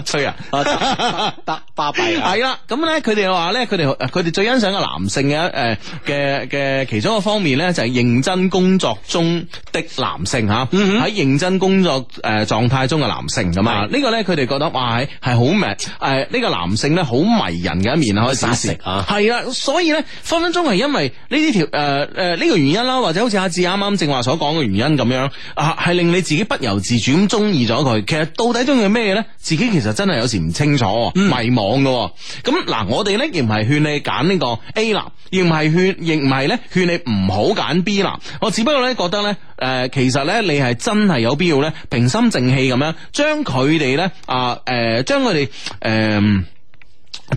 S1: 吹啊！
S3: 啊得得巴閉啊！
S1: 係啦，咁咧佢哋話咧，佢哋佢哋最欣賞嘅男性嘅诶嘅嘅其中一個方面咧，就係認真工作中的男性吓，喺認真工作诶状态中嘅男性咁啊，呢個咧佢哋覺得哇係係好迷诶呢個男性咧好迷人嘅一面啊可以展示
S3: 殺食啊
S1: 系啦，所以咧分分鐘係因為呢啲條诶诶呢個原因啦，或者好似阿志啱啱正話所講嘅原因咁樣啊，係令你自己不由自主咁中意咗佢。其實到底中意咩咧？自己其實真係有時唔清楚喎，
S3: 嗯
S1: 迷惘嘅喎。咁嗱，我哋咧亦唔係勸你揀呢個 A 男，亦唔係勸，亦唔係咧勸你唔好揀 B 男。我只不過咧覺得咧。誒、其實咧，你係真係有必要咧，平心靜氣咁樣將佢哋咧啊誒，將佢哋誒。呃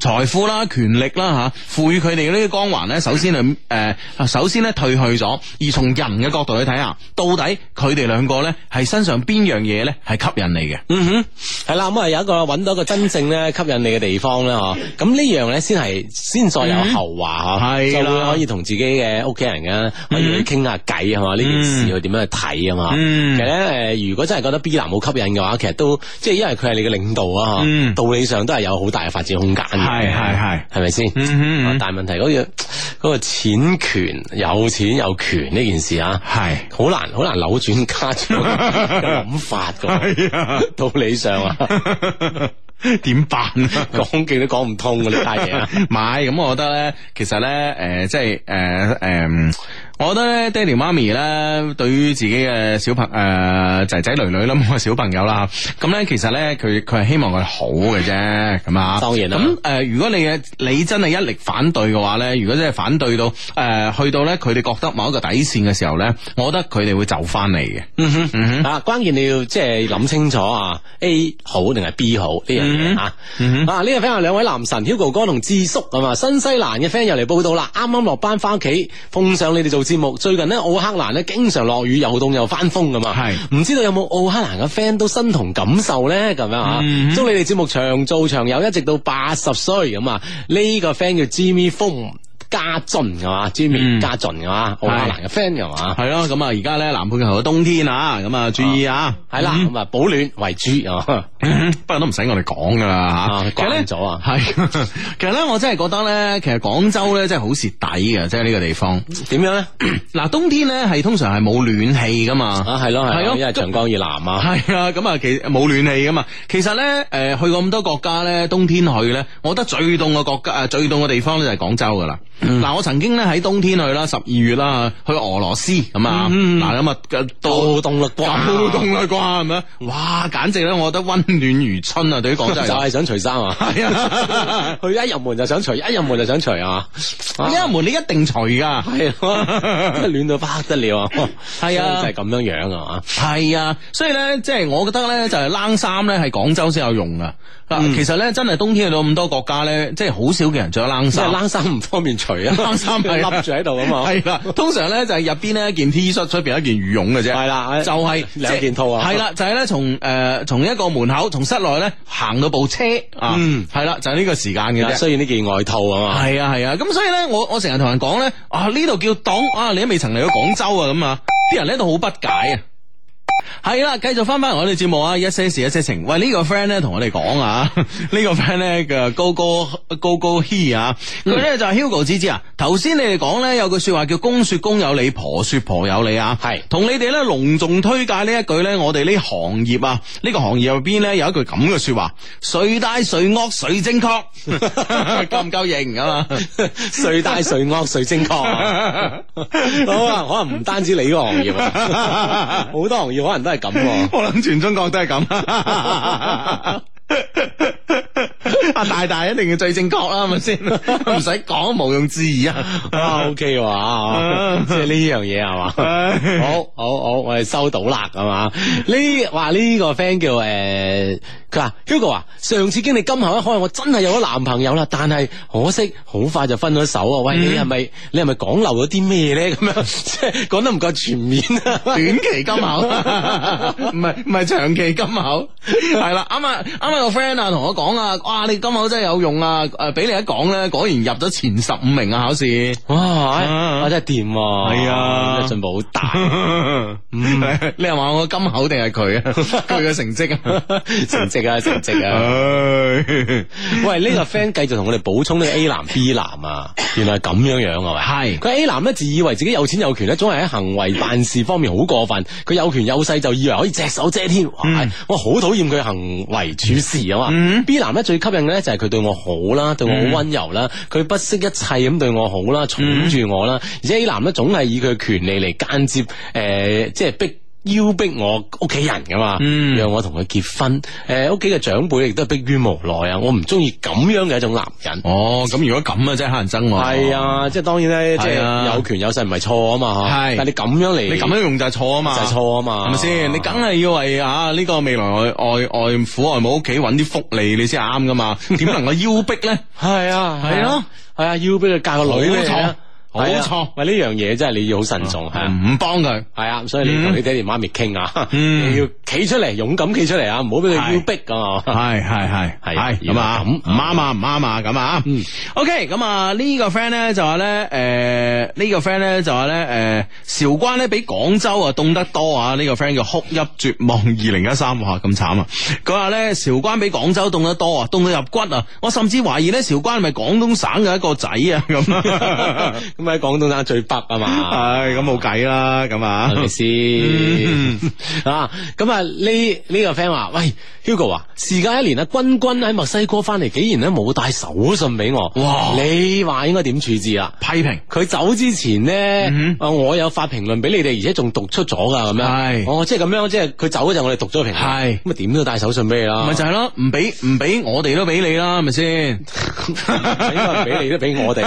S1: 財富啦、權力啦吓，賦予佢哋呢啲光環咧，首先係诶、呃首先咧退去咗，而從人嘅角度去睇下，到底佢哋兩個咧係身上邊樣嘢咧係吸引你嘅？
S3: 嗯哼，係啦，咁啊有一個揾到一個真正咧吸引你嘅地方咧，嗬，咁呢樣咧先係先再有後話嗬，
S1: 嗯係啦
S3: 就會可以同自己嘅屋企人嘅可以去傾下偈係嘛，呢件事去點樣去睇啊嘛，
S1: 嗯
S3: 其實咧誒，如果真係覺得 B 男好吸引嘅話，其實都即係因為佢係你嘅領導啊，
S1: 嗯
S3: 嗬道理上都係有好大嘅發展空間嘅，
S1: 係係係
S3: 係咪先？
S1: 嗯
S3: 啊但係問題嗰樣嗰個錢權有錢有權呢件事啊，
S1: 係
S3: 好難好難扭轉家長 嘅諗法㗎。
S1: 係 啊，
S3: 道理上啊，
S1: 點辦啊？
S3: 講極都講 唔通嘅呢單嘢啊。
S1: 唔係，咁我覺得咧，其實咧，誒、即係誒誒，嗯我覺得咧，爹哋媽咪咧，對於自己嘅小朋誒仔仔女女啦，冇話小朋友啦，咁咧其實咧，佢佢係希望佢好嘅啫，咁啊，
S3: 當然啦
S1: 咁誒、如果你嘅你真係一力反對嘅話咧，如果真係反對到誒、去到咧，佢哋覺得某一個底線嘅時候咧，我覺得佢哋會就翻嚟嘅。
S3: 嗯哼，啊，關鍵你要即係諗清楚啊，A 好定係 B 好呢樣嘢啊。啊，呢個 friend 有兩位男神 Hugo 哥同智叔咁啊，新西蘭嘅 friend 又嚟報道啦，啱啱落班翻屋企，碰上你哋做節目，最近呢，奧克蘭呢經常落雨，又凍又翻風咁啊，
S1: 係
S3: 唔知道有冇奧克蘭嘅 friend 都身同感受咧咁樣啊？祝你哋節目長做長有，一直到八十歲咁啊！呢個 friend 叫 Jimmy 風家俊係嘛，Jimmy
S1: 嗯
S3: 家俊係嘛，奧克蘭嘅 friend 係嘛。
S1: 係咯，咁啊，而家咧南半球嘅冬天啊，咁啊注意啊，
S3: 系啦，咁啊保暖為主啊，
S1: 不過都唔使我哋講噶啦
S3: 啊
S1: 吓，其實呢
S3: 慣咗啊
S1: 係， 其實咧我真係覺得咧，其實廣州咧真係好蝕底嘅，即係呢個地方。
S3: 點樣咧？
S1: 嗱，冬天咧係通常係冇暖氣噶嘛。
S3: 啊，係咯係
S1: 係
S3: 咯，
S1: 咯
S3: 因為長江以南啊，
S1: 係啊，咁啊，其冇暖氣噶嘛。其實咧，誒、去過咁多國家咧，冬天去咧，我覺得最凍嘅國家誒、最凍嘅地方咧就係廣州噶啦。嗱、
S3: 嗯
S1: 我曾經咧喺冬天去啦，十二月啦，去俄羅斯咁啊，
S3: 嗯
S1: 嗱咁啊，
S3: 到凍啦
S1: 哇，好
S3: 啩，
S1: 凍啦啩，係咪？哇，簡直咧，我覺得温暖如春啊！對於廣州人
S3: 就係想除衫啊，
S1: 係 啊，
S3: 佢一入門就想除，一入門就想除啊，啊
S1: 一入門你一定除噶。
S3: 係啊咯，真係暖到不得了啊，
S1: 係啊
S3: 所以就係咁樣樣啊嘛。
S1: 係啊，所以咧，即係我覺得咧，就係冷衫咧，係廣州先有用啊。嗱、
S3: 嗯
S1: 其實咧，真係冬天去到咁多國家咧，即係好少嘅人着冷
S3: 即係
S1: 衫。
S3: 冷衫唔方便除 啊，
S1: 冷衫係啦
S3: 笠住喺度啊嘛，
S1: 係啦，通常咧就係入邊咧一件 T 恤，出邊一件羽絨嘅啫。
S3: 係啦
S1: 就係
S3: 兩件套啊
S1: 係啦，就係咧從誒從一個門口，從室內咧行到部車啊。
S3: 嗯
S1: 係啦，就係呢個時間嘅啫。
S3: 需啊要呢件外套啊嘛。
S1: 係啊係啊，咁所以咧，我我成日同人講咧，啊呢度叫黨啊，你都未曾嚟過廣州啊，咁啊，啲人咧都好不解啊。係啦，繼續翻翻我哋節目啊，一些事一些情。喂，呢、個 friend 咧同我哋講啊， 呢、個 friend 咧嘅高高高高 he 啊，
S3: 嗯
S1: 佢咧就係 Hugo 芝芝啊。頭先你哋講咧有句說話叫公說公有理，婆說婆有理啊。
S3: 係
S1: 同你哋咧隆重推介呢一句咧，我哋呢行業啊，呢、個行業入邊咧有一句咁嘅說話： 誰大誰惡誰正確， 夠唔夠型啊嘛？
S3: 誰大誰惡誰正確啊，好啊，可能唔單止你個行 業啊，好多行業可能都係咁喎。
S1: 我諗全中國都係咁。阿啊大大一定要最正確啦，係咪 先？唔使講，毋庸置疑啊！
S3: 啊，OK 喎，啊即係呢樣嘢 係嘛？
S1: 哎
S3: 好好好，我哋收到啦，係嘛？呢話呢個 friend 叫誒，佢話 Hugo 啊，上次經你金口一開，我真係有咗男朋友啦，但係可惜好快就分咗手啊！
S1: 嗯
S3: 喂，你係咪你係咪講漏咗啲咩咧？咁樣 即係講得唔夠全面啊！
S1: 短期金口，唔係唔係長期金口，係啦。啱啊啱啊，個 friend 啊同我講啊，哇！你金口真係有用啊！誒，俾你一講咧，果然入咗前十五名啊，考試。
S3: 哇，啊真係掂喎，
S1: 係啊
S3: 真係進步好大。
S1: 你係話我金口定係佢 啊？佢嘅成績啊？
S3: 成績啊，成績啊！
S1: 唉
S3: 喂，呢、個 friend 繼續同我哋補充呢個 A 男 B 男啊，原來係咁樣樣啊，喂，
S1: 係
S3: 佢 A 男咧自以為自己有錢有權咧，總係喺行為辦事方面好過分，佢有權有勢就以為可以隻手遮天，哇
S1: 嗯
S3: 我好討厭佢行為處事啊嘛。B 男咧最吸引嘅咧就係佢對我好啦，對我好温柔
S1: 嗯
S3: 啦，佢、不惜一切咁對我好啦，寵住我啦，而且 A 男咧總係以佢嘅權利嚟間接誒、呃即係逼。要逼我屋企人噶嘛，
S1: 嗯
S3: 讓我同佢結婚。诶、屋企嘅長輩亦都係逼於無奈啊！我唔中意咁樣嘅一種男人。
S1: 哦，咁如果咁啊，真係乞人憎喎。
S3: 係，啊，即係當然咧，即
S1: 係啊
S3: 係有權有勢唔係錯啊嘛。
S1: 係
S3: 但係你咁樣嚟，
S1: 你咁樣用就係錯啊嘛，
S3: 就係錯啊嘛，
S1: 係咪先？你梗係要為啊呢個未來外外外父外母屋企揾啲福利，你先係啱噶 嘛？點能夠要逼咧？
S3: 係啊，
S1: 係咯，
S3: 係啊，要俾佢嫁個女俾你啊
S1: 好錯
S3: 係啊
S1: 好錯哦
S3: 喂，呢樣嘢真係你要好慎重，係啊。
S1: 唔幫佢。
S3: 係啊，所以你同你爹哋媽咪傾啊，
S1: 嗯
S3: 你要企出嚟，勇敢企出嚟啊，唔好俾佢
S1: 係
S3: 要逼啊嘛。
S1: 係係係
S3: 係啊
S1: 係咁啊，
S3: 原來咁
S1: 唔啱啊唔啱啊咁啊
S3: 嗯
S1: ，OK 咁啊呢個 friend 咧就話咧誒呢個 friend 咧就話咧誒韶關咧比廣州啊凍得多啊呢個 friend 叫哭泣絕望二零一三哇咁慘啊佢話咧韶關比廣州凍得多 啊凍到入骨啊我甚至懷疑咧韶關係咪廣東省嘅一個仔啊咁啊
S3: 咁咁喺廣東省最北 啊嘛。
S1: 唉，咁冇計啦，咁啊
S3: 係。咪
S1: 嗯
S3: 先？啊，咁啊呢呢個 friend 話：，喂，Hugo 啊，時隔一年啊，君君喺墨西哥翻嚟，竟然咧冇帶手信俾我，
S1: 哇
S3: 你話應該點處置啊？
S1: 批評
S3: 佢走之前咧，
S1: 嗯
S3: 啊我有發評論俾你哋，而且仲讀出咗噶咁樣。
S1: 係
S3: 哦，即係咁樣，即係佢走嗰陣，我哋讀咗個評論。
S1: 係
S3: 咁啊，點都帶手信俾你啦。
S1: 咪就係咯，唔俾唔俾我哋都俾你啦，係咪 先？
S3: 應該唔啊俾你，都俾 我哋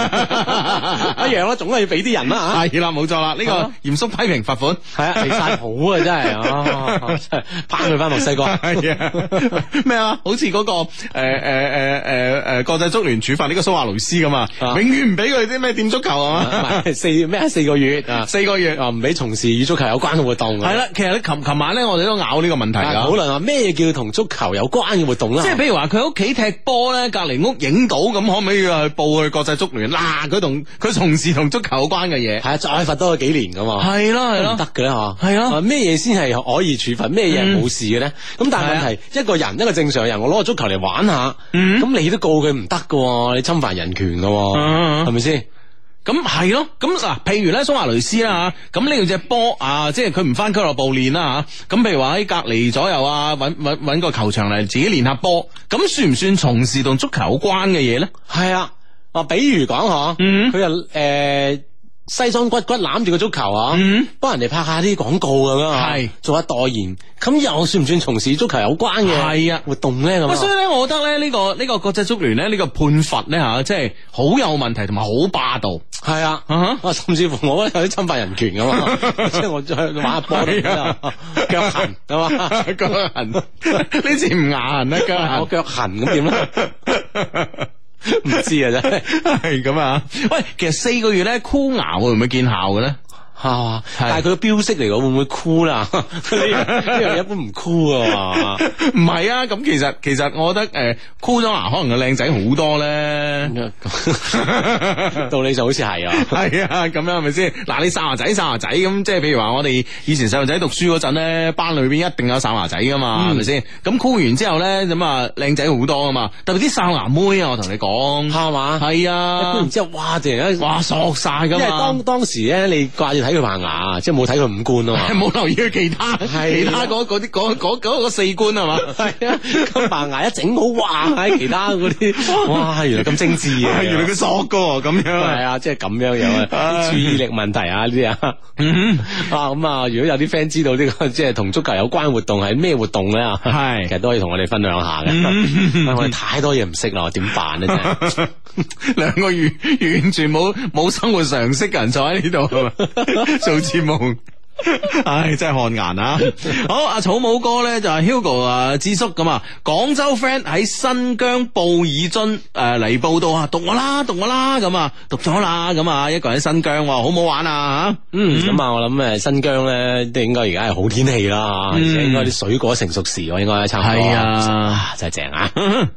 S3: 一樣啦，總係要俾啲人啦嚇。
S1: 係啦，冇錯啦，呢
S3: 啊
S1: 個嚴肅批評罰 款。
S3: 係啊，離晒譜啊，真係啊， 真係攀佢翻墨西哥。
S1: 係啊，咩啊？好似嗰個誒誒誒誒誒國際足聯處罰呢個蘇亞雷斯咁啊，
S3: 啊
S1: 永遠唔俾佢啲咩掂足球啊嘛，
S3: 唔係 四咩四個月啊，
S1: 四個月。
S3: 啊唔俾從事與足球有關嘅活動。
S1: 係，啦，其實你琴琴晚咧，我哋都拗呢個問題
S3: 啊
S1: 㗎
S3: 討論話咩叫同足球有關嘅活動啦。
S1: 即係譬如話佢喺屋企踢波咧，隔離屋影到咁，可唔可以去報去國際足聯？嗱，佢同佢從事同足球有關嘅嘢，
S3: 係啊，再罰多佢幾年噶啊嘛。
S1: 係咯係
S3: 都唔
S1: 咯
S3: 得。嘅啦嚇，
S1: 係咯
S3: 啊咩嘢先係可以處罰，咩嘢係冇事嘅咧？咁但係問題，一個人一個正常人，我攞個足球嚟玩下，
S1: 啊嗯
S3: 咁你都告佢唔得嘅，你侵犯人權嘅，
S1: 嗯嗯
S3: 係咪先？
S1: 咁係咯，咁嗱，譬如咧蘇亞雷斯啦吓，咁呢隻波啊，即係佢唔翻俱樂部練啦吓，咁譬如話喺隔離左右啊，揾揾揾個球場嚟自己練下波，咁算唔算從事同足球有關嘅嘢咧？
S3: 係啊，啊，比如講嗬，
S1: 嗯
S3: 佢就誒西裝骨骨攬住個足球啊
S1: 嗯，
S3: 幫人哋拍下啲廣告咁樣啊，
S1: 係
S3: 做下代言，咁又算唔算從事足球有關嘅
S1: 係啊
S3: 活動咧？咁
S1: 喂，所以
S3: 啊
S1: 咧，我覺得咧，呢個呢個國際足聯咧，呢個判罰咧吓，即係好有問題，同埋好霸道。
S3: 係啊，
S1: 啊
S3: 啊甚至乎我覺得有啲侵犯人權 噶嘛，即係我再玩下波都
S1: 係啊
S3: 腳痕係嘛，
S1: 腳痕，呢次唔牙痕啊 啦，腳
S3: 我腳痕咁點咧？唔知啊真係。
S1: 係咁啊！喂，其實四個月咧，箍牙會唔會見效嘅咧？
S3: 啊！但係佢嘅標識嚟講，會唔會酷啦？ 呢樣呢樣嘢一般唔酷啊嘛。
S1: 唔係啊，咁其實其實我覺得誒，箍咗牙可能個靚仔好多咧。
S3: 道理就好似係啊。
S1: 係啊，咁樣係咪先？嗱，你哨牙仔哨牙仔咁，即係譬如話我哋以前細路仔讀書嗰陣咧，班裏邊一定有哨牙仔噶嘛，係咪先？咁箍完之後咧，咁啊靚仔好多啊嘛，特別啲哨牙妹啊，我同你講，
S3: 係嘛？
S1: 係
S3: 咁
S1: 啊
S3: 然，之後，哇！突然間，
S1: 哇索晒
S3: 因
S1: 噶
S3: 為
S1: 嘛
S3: 當。當時咧，你掛住睇佢棚牙，即係冇睇佢五官啊嘛。
S1: 冇留意佢其他
S3: 係
S1: 其
S3: 啊
S1: 他嗰嗰啲嗰嗰嗰個四官係嘛？
S3: 係啊，咁棚牙一整好，哇！喺其他嗰 啲，哇！原來咁精緻嘅，
S1: 原來佢索噶喎咁樣啊
S3: 係。啊，即係咁樣樣啊，
S1: 唉
S3: 注意力問題啊呢啲啊，啊咁啊，如果有啲 friend 知道呢個 即係同足球有關活動係咩活動咧啊，
S1: 係
S3: 其實都可以同我哋分享下嘅。 喂我哋太多嘢唔識啦，點辦咧真係？
S1: 兩個完完全冇冇生活常識嘅人坐喺呢度， 係嘛做節目。 唉，真係汗顏啊！ 好，阿草帽哥咧就係、Hugo 啊，智叔咁啊，廣州 friend 喺新疆布爾津誒嚟報道啊，讀我啦，讀我啦咁啊，讀咗啦咁啊，一個人喺新疆喎，好唔好玩啊？
S3: 嗯，咁啊，我諗誒新疆咧，都應該而家係好天氣啦，啊而且應該啲水果成熟時喎，應該差唔多。
S1: 係啊，
S3: 真係正啊！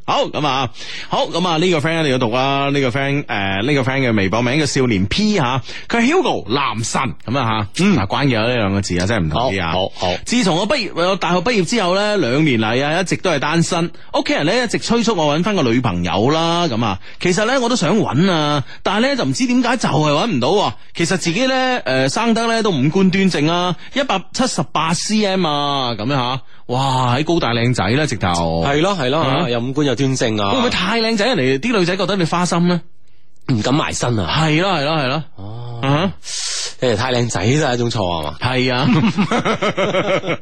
S1: 好咁啊，好咁啊，呢個 friend 你要讀啦，呢個 friend 誒呢個 friend 嘅微博名叫少年 P 吓，佢係 Hugo 男神咁啊吓，嗯，嗱關鍵有呢兩個字啊，真係唔同啲啊，
S3: 好好好
S1: 自從我畢業，我大學畢業之後咧，兩年嚟啊，一直都係單身，屋企人咧一直催促我搵翻個女朋友啦，咁啊，其實咧我都想搵啊，但係咧就唔知點解就係搵唔到喎，其實自己咧誒、呃生得咧都五官端正啊，一百七十八 cm 啊，咁樣吓，哇，喺高大靚仔啦，直頭
S3: 係咯係咯，
S1: 啊
S3: 有五官有端正啊，
S1: 會唔會太靚仔人嚟？啲女仔覺得你花心咧？
S3: 唔敢埋身啊？
S1: 係咯係咯係咯。哦，
S3: 誒，太靚仔都係一種錯係嘛？
S1: 係 啊。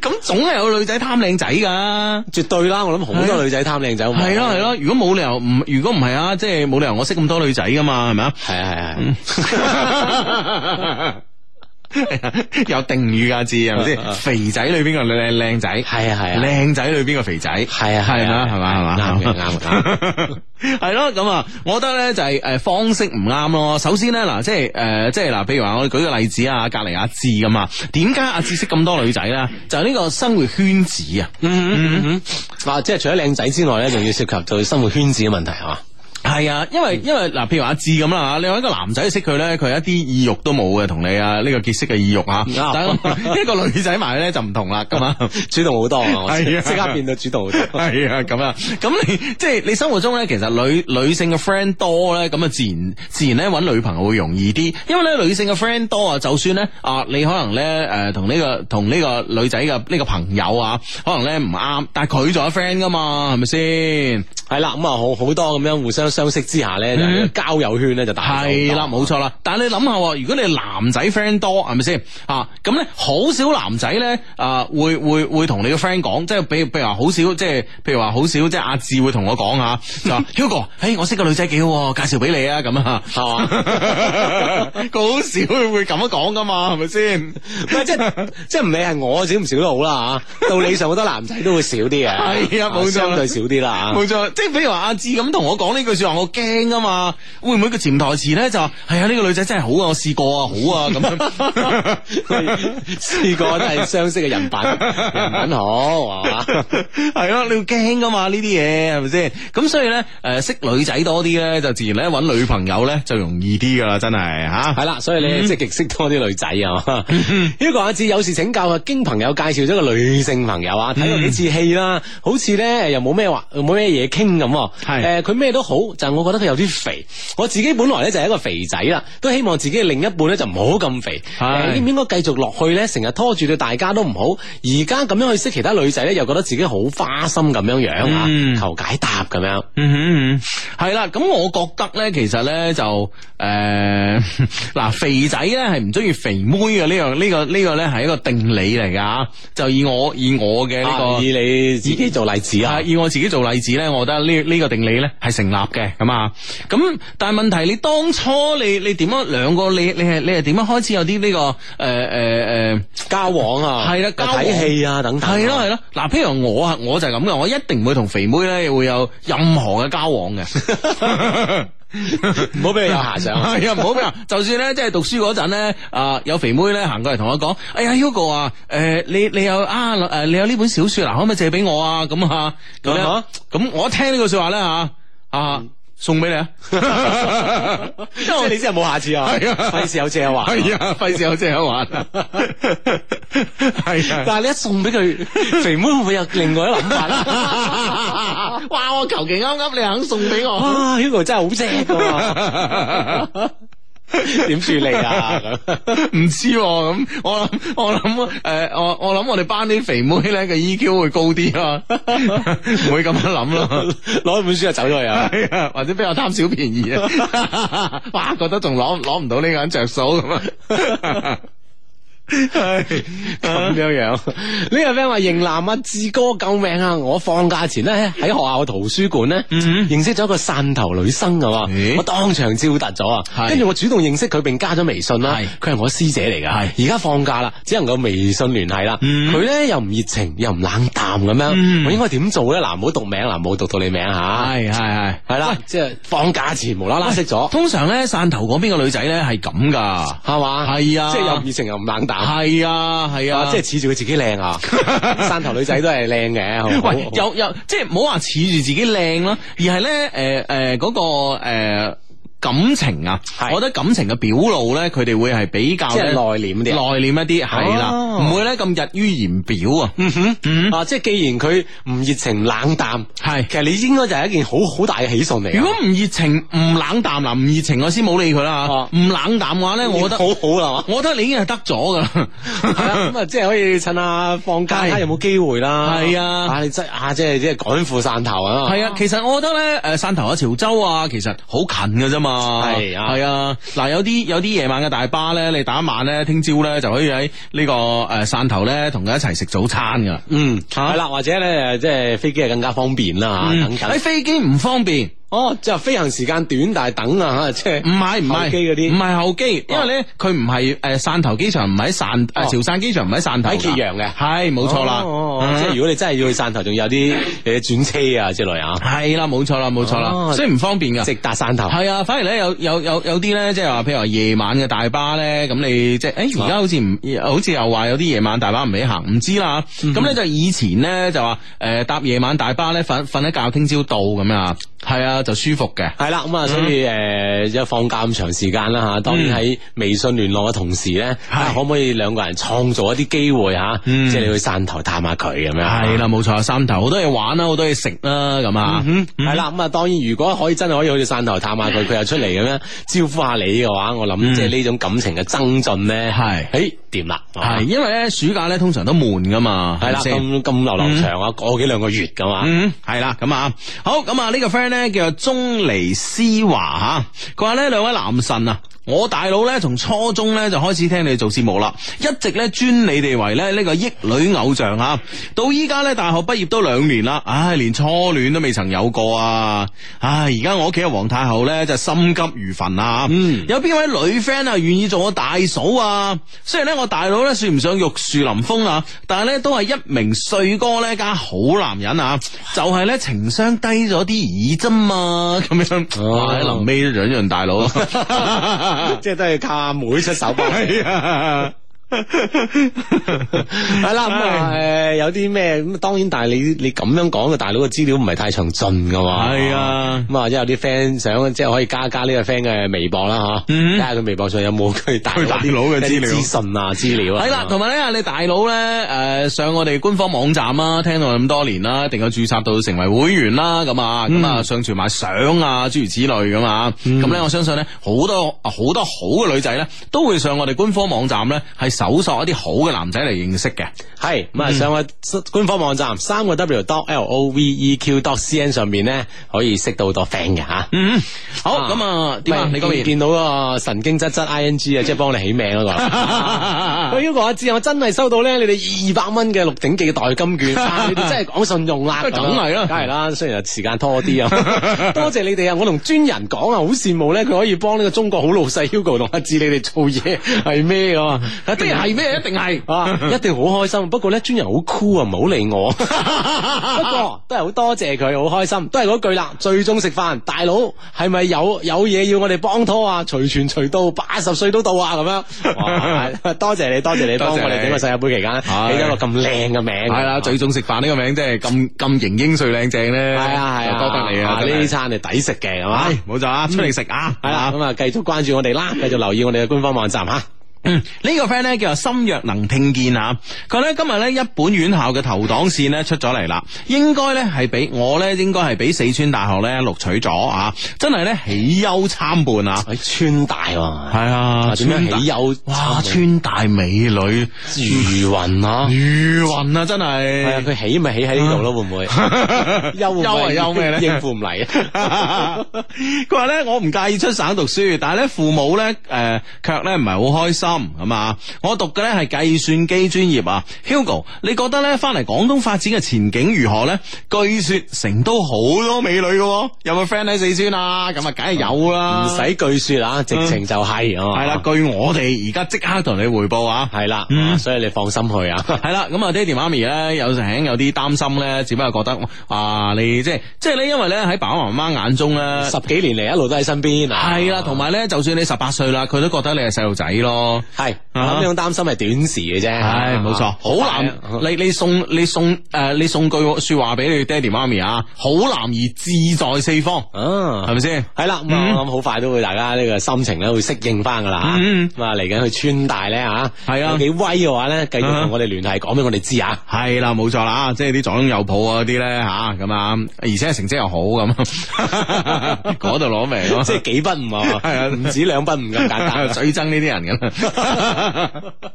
S1: 咁總係有女仔貪靚仔噶。
S3: 絕對啦，我諗好多女仔貪靚仔，好唔好啊
S1: 係咯係，咯，如果冇理由唔，如果唔係啊，即係冇理由我識咁多女仔噶嘛，係咪啊？
S3: 係啊係啊。
S1: 有定語噶字係咪先？肥仔裏邊個靚靚仔，
S3: 係啊係啊
S1: 靚仔裏邊個肥仔，
S3: 係啊係啊
S1: 係嘛係嘛係嘛，
S3: 啱嘅啱嘅啱
S1: 係咯，咁啊，我覺得咧就係誒方式唔啱咯。首先咧嗱，即係誒即係嗱，譬如話我哋舉個例子啊，隔離阿志咁啊，點解阿志識咁多女仔咧？就係呢個生活圈子啊。嗯
S3: 嗯嗯嗯嗯，啊，即係除咗靚仔之外咧，仲要涉及到生活圈子嘅問題係嘛？
S1: 系啊，因為因為嗱，譬如話阿志咁啦吓，你話一個男仔識佢咧，佢一啲意欲都冇嘅，同你啊呢個結識嘅意欲吓，
S3: 啱
S1: 但係一 個女仔埋咧就唔同啦，咁 啊。
S3: 主動好多啊！我
S1: 係啊
S3: 即刻變到主動好 多。
S1: 系啊，咁啊，咁你即系你生活中咧，其實女女性嘅 friend 多咧，咁啊自然自然咧揾女朋友會容易啲，因為咧女性嘅 friend 多啊，就算咧啊你可能咧诶同呢個同呢個女仔嘅呢個朋友啊，可能咧唔啱，但係佢仲有 friend 噶嘛，係咪先？
S3: 係啦，咁啊好好多咁樣互相相識之下咧，就
S1: 嗯
S3: 交友圈咧就大咗好多。
S1: 係啦，冇錯啦。但係你諗下喎，如果你男仔 friend 多，係咪先啊？咁咧好少男仔咧啊，會會會同你個 friend 講，即係比如譬如話好少，即係譬如話好少，即係阿志會同我講吓，就 話 Hugo，誒我識個女仔幾好喎，介紹俾你啊咁啊，
S3: 係嘛？
S1: 佢好少會咁樣講噶嘛，係咪先？
S3: 唔係 即係即係唔理係我少唔少都 好啦吓，道理上好多男仔都會少啲嘅，
S1: 係啊冇錯
S3: 相對少啲啦啊
S1: 冇錯，即係譬如話阿志咁同我講呢句说話，我驚啊嘛，會唔會個潛台詞咧就話係啊呢個女仔真係好啊，我試過啊，好啊咁樣。
S3: 吓。呢個都係相識嘅 人品，人品好係嘛？
S1: 系咯，你要驚噶嘛呢啲嘢係咪先？咁所以咧，诶、識女仔多啲咧，就自然咧揾女朋友咧就容易啲噶啦，真係吓。
S3: 係啦，所以
S1: 嗯
S3: 你積極識多啲女仔啊！呢個阿志有事請教啊，經朋友介紹咗個女性朋友啊，
S1: 嗯
S3: 睇過幾次戲啦，好似咧又冇咩話，冇咩嘢傾咁喎。
S1: 係
S3: 誒佢咩都好，就係我覺得佢有啲肥。我自己本來咧就係一個肥仔啦，都希望自己嘅另一半咧就唔好咁肥。
S1: 係
S3: 誒應唔應該繼續落去咧？成日拖住對大家都唔好，而家咁樣去識其他女仔咧，又覺得自己好花心咁樣樣啊
S1: 嗯，
S3: 求解答咁樣。
S1: 嗯哼嗯哼，系啦，咁我覺得咧，其實咧就诶 嗱、肥仔咧係唔中意肥妹嘅呢樣呢個呢、個咧係一個定理嚟噶，就以我以我嘅呢、個。
S3: 啊以你自己做例子啊
S1: 啊，。以我自己做例子咧，我覺得呢呢個定理咧係成立嘅，咁啊，咁但係問題你當初你你點樣兩個你你係你係點樣開始有啲呢、個誒誒誒
S3: 交往啊，
S1: 係啦交往
S3: 睇戲啊等等啊，
S1: 係咯係咯，嗱譬如我啊，我就係咁嘅，我一定唔會同肥妹咧會有任何嘅交往嘅。
S3: 唔好俾你有遐想 啊。
S1: 系啊，唔好俾人就算咧，即系讀書嗰陣咧，啊、有肥妹咧行過嚟同我講：，哎呀，Hugo 啊，诶、你你有啊，诶、你有呢本小说啊，可唔可以借俾我啊？咁啊，咁咧，
S3: 啊
S1: 咁我一聽呢句说話咧吓，啊，送俾你 啊，因為
S3: 因
S1: 我
S3: 为你真系冇下次啊，
S1: 係啊
S3: 费事有借话。
S1: 係啊，費事有借口玩啊， 係啊。
S3: 但系你一送俾佢，肥妹會唔會有另外一諗 法咧？
S1: 哇！我求其啱啱你肯送俾我，
S3: 哇，Hugo 真係好正噶， 點處理啊？咁
S1: 唔知喎咁、我諗我諗诶、我我諗我哋班啲肥妹咧嘅 EQ 會高啲咯， 唔會咁樣諗咯。
S3: 攞本書就走咗去啊！
S1: 係啊，或者比較貪小便宜啊， 哇！覺得仲攞攞唔到呢個人着數咁啊。
S3: 咁樣樣，呢個 friend 話型男啊，志哥救命啊！我放假前咧喺學校嘅圖書館咧，認識咗一個汕頭女生噶嘛
S1: 咦，
S3: 我當場招突咗啊！
S1: 係
S3: 跟住我主動認識佢並加咗微信啦，佢係我嗯師姐嚟噶，而家放假啦，只能夠微信聯繫啦。佢咧又唔熱情又唔冷淡咁樣，我應該點做咧？嗱，唔好讀名，嗱，唔好讀到你名啊吓，
S1: 係係係。
S3: 係啦，即係放假前無啦啦識咗，
S1: 通常咧，汕頭嗰邊嘅女仔咧係咁噶，
S3: 係嘛？
S1: 係啊
S3: 即係又唔熱情又唔冷淡。
S1: 係啊係啊，
S3: 啊，即係恃住佢自己靚啊， 汕頭女仔都係靚嘅，哦好唔啊好
S1: 喂，有有即系唔好话恃住自己靓啦，而系咧诶诶嗰個呃感情啊，
S3: 係
S1: 我覺得感情嘅表露咧，佢哋會係比較
S3: 即係
S1: 呢
S3: 內斂啲啊
S1: 內斂一啲係啦，
S3: 哦
S1: 唔會咧咁溢於言表啊，
S3: 啊，即係既然佢唔熱情冷淡，
S1: 係
S3: 其實你應該就係一件好好大嘅喜訊嚟㗎。
S1: 如果唔熱情唔冷淡嗱，唔熱情我先冇理佢啦
S3: 哦
S1: 嚇，唔冷淡嘅話咧，我覺得
S3: 好好啦，
S1: 我覺得你已經係得咗噶啦。
S3: 係啦咁啊，即係可以趁下放假，
S1: 係
S3: 睇下有冇機會啦。
S1: 係啊
S3: 啊你真啊，即係即係趕赴汕頭啊。
S1: 系啊，其實我覺得咧，诶，汕頭啊、潮州啊，其實好近嘅啫嘛。
S3: 係啊
S1: 系啊，嗱，有啲有啲夜晚嘅大巴咧，你打一晚咧，聽朝咧就可以喺呢個诶汕頭咧，同佢一齊食早餐噶。
S3: 嗯，
S1: 啊
S3: 係啦，或者咧，即係飛機係更加方便啦，嚇等
S1: 喺
S3: 等。
S1: 嗯飛機唔方便，
S3: 哦，即係飛行時間短，但係等啊，嚇即係
S1: 唔係唔係
S3: 候機嗰啲
S1: 唔係後機，因為咧佢唔係诶汕頭機場，唔喺汕诶
S3: 哦
S1: 潮汕機場，唔喺汕頭㗎。
S3: 喺揭陽嘅
S1: 係冇錯啦
S3: 哦哦。哦
S1: 嗯
S3: 即係如果你真係要去汕頭，仲有啲誒轉車啊之類 啊，
S1: 係啦，冇錯啦，冇錯啦，
S3: 哦
S1: 雖然唔方便噶。
S3: 直達汕頭。
S1: 系啊，反而咧有有有有啲咧，即系话譬如話夜晚嘅大巴咧，咁你即系诶而家好似唔好似又話有啲夜晚大巴唔俾行，唔知啦。咁咧就以前咧就話诶搭夜晚大巴咧瞓瞓一覺，聽朝到咁啊。係啊，就舒服嘅。
S3: 系啦，咁啊，所以诶，即係放假咁長時間啦吓，當然喺微信聯絡嘅同時咧，啊可唔可以兩個人創造一啲機會吓，
S1: 嗯
S3: 即係你去汕頭探下佢咁樣。
S1: 系啦，冇錯，汕頭好多嘢玩啦，好多嘢食啦，咁啊，
S3: 系啦，咁啊，當然如果可以真係可以去到汕頭探下佢，佢又出嚟咁樣招呼下你嘅話，我諗即係呢種感情嘅增進咧，
S1: 係
S3: 诶掂啦，哦
S1: 係因為咧暑假咧通常都悶噶嘛，
S3: 系啦，
S1: 係咪先
S3: 咁咁流流長啊，過幾兩個月噶嘛，
S1: 嗯，系啦，咁啊，好，咁啊，呢個 friend 咧叫做鐘尼思華吓，佢話呢兩位男神啊。我大佬咧，從初中咧就開始聽你哋做節目啦，一直咧尊你哋為咧呢個益女偶像吓，到依家咧大學畢業都兩年啦，唉，連初戀都未曾有過啊！唉，而家我屋企嘅皇太后咧就心急如焚啊！
S3: 嗯
S1: 有邊位女 friend 啊願意做我大嫂啊？雖然咧我大佬咧算唔上玉樹臨風啊，但係咧都係一名帥哥咧加好男人啊，就係咧情商低咗啲而啫嘛， 咁樣。
S3: 哦
S1: 哇臨尾都養養大 佬。
S3: 即係都係靠阿妹出手幫你。
S1: 係啊
S3: 系啦，咁啊，诶，有啲咩咁？當然，但係你你咁樣講嘅大佬嘅資料唔係太詳盡噶嘛。
S1: 係啊
S3: 咁啊，即係有啲 friend 想即係可以加加呢個 friend 嘅微博啦，吓，
S1: 嗯
S3: 睇下佢微博上有冇佢大
S1: 佢大佬嘅資料
S3: 資訊啊、資料啊。
S1: 系啦，同埋咧，你大佬咧，诶、上我哋官方網站啦，聽到咁多年啦，一定有註冊到成為會員啦，咁啊，咁啊、上傳埋相啊，諸如此類咁啊，咁咧、我相信咧，好多好多好嘅女仔咧，都會上我哋官方網站咧，係搜索一啲好嘅男仔嚟認識嘅。
S3: 係咁啊，上個
S1: 嗯
S3: 官方網站三個 W dot L O V E Q dot C N 上面咧，可以識到好多 friend 嘅吓。
S1: 嗯，好，咁啊，點啊？
S3: 喂
S1: 你嗰 邊？
S3: 見到個神經質質 I N G 啊，即係幫你起名嗰個。 喂，Hugo 阿志，我真係收到咧，你哋二百蚊嘅《鹿鼎記》嘅代金券， 啊你哋真係講信用啦， 啊
S1: 梗係啦
S3: 梗係啦，雖然時間拖 啲啊，多謝你哋啊！我同專人講啊，好羨慕咧，佢可以幫呢個中國好老細 Hugo 同阿志你哋做嘢係咩啊？一定 係
S1: 咩？一定係
S3: 啊， 一定好開心。不過咧，專人好 cool 啊，唔好理我。不過都係好多謝佢，好開心。都係嗰句啦，最終食飯，大佬係咪有有嘢要我哋幫拖啊？隨傳隨到，八十歲都到 啊，咁樣。哇多謝你，多謝你
S1: 多謝
S3: 幫我
S1: 你
S3: 哋整個世界盃期間
S1: 係
S3: 起咗個咁靚嘅名。
S1: 係啊啦，最重食飯呢個名真係咁咁型英帥靚正咧，
S3: 係啊係
S1: 就
S3: 啊，
S1: 多得你啊！真係
S3: 呢餐係抵食嘅，係嘛？
S1: 唉，冇錯啊，出嚟食啊，
S3: 係啦，咁啊，繼續關注我哋啦，繼續留意我哋嘅官方網站吓。
S1: 嗯，呢、個 friend 咧叫做心若能聽見吓，佢咧今日咧一本院校嘅投檔線咧出咗嚟啦，應該咧係俾我咧應該係俾四川大學咧錄取咗啊，真係咧喜憂參半啊！
S3: 喺哎川大喎，
S1: 係啊
S3: 點樣喜
S1: 憂？
S3: 有啊
S1: 哇！川大美女
S3: 如雲 啊！
S1: 雨雲啊，真
S3: 系啊，
S1: 係。
S3: 佢起咪起喺呢度咯，會 唔會？休
S1: 休啊休咩咧
S3: 應付唔嚟 啊！
S1: 佢話咧，我唔介意出省讀書，但係咧父母咧，誒、卻咧唔係好開心咁啊！我讀嘅咧係計算機專業啊，Hugo，你覺得咧翻嚟廣東發展嘅前景如何咧？據說成都好多美女嘅喎，有冇 friend 喺四川啊？咁啊，梗係有啦，
S3: 唔使據說啊，直情就係啊嘛。
S1: 係啦，據我哋而家即刻同你匯報啊！
S3: 係啦，
S1: 嗯
S3: 所以你放心去 啊。
S1: 系啦，咁啊，爹哋媽咪咧有成有啲擔心咧，只不過覺得啊，你即係即係咧，因為咧喺爸爸媽媽眼中咧，
S3: 十幾年嚟一路都喺身邊啊，
S1: 系啦，同埋咧，就算你十八歲啦，佢都覺得你係細路仔咯。
S3: 係
S1: 啊
S3: 咁樣擔心係短時嘅啫。
S1: 唉，冇錯，好難。你你送你送诶、呃你送句说話俾你爹哋媽咪啊，好男兒志在四方，
S3: 啊
S1: 係！咪先？
S3: 係啦，咁啊我諗好快都會大家呢個心情咧會適應翻噶啦嚇。
S1: 嗯
S3: 咁啊嚟緊去川大咧嚇，
S1: 係啊
S3: 有幾威嘅話咧，繼續
S1: 啊
S3: 同我哋聯繫，講俾我哋知啊。
S1: 係啦，冇錯啦，即係啲左擁右抱嗰啲咧吓咁啊，而且成績又好咁，啊 嗰度攞命咯，
S3: 即係幾筆誤啊！
S1: 係啊。
S3: 唔止兩筆誤咁簡單
S1: 最憎呢啲人噶 啦，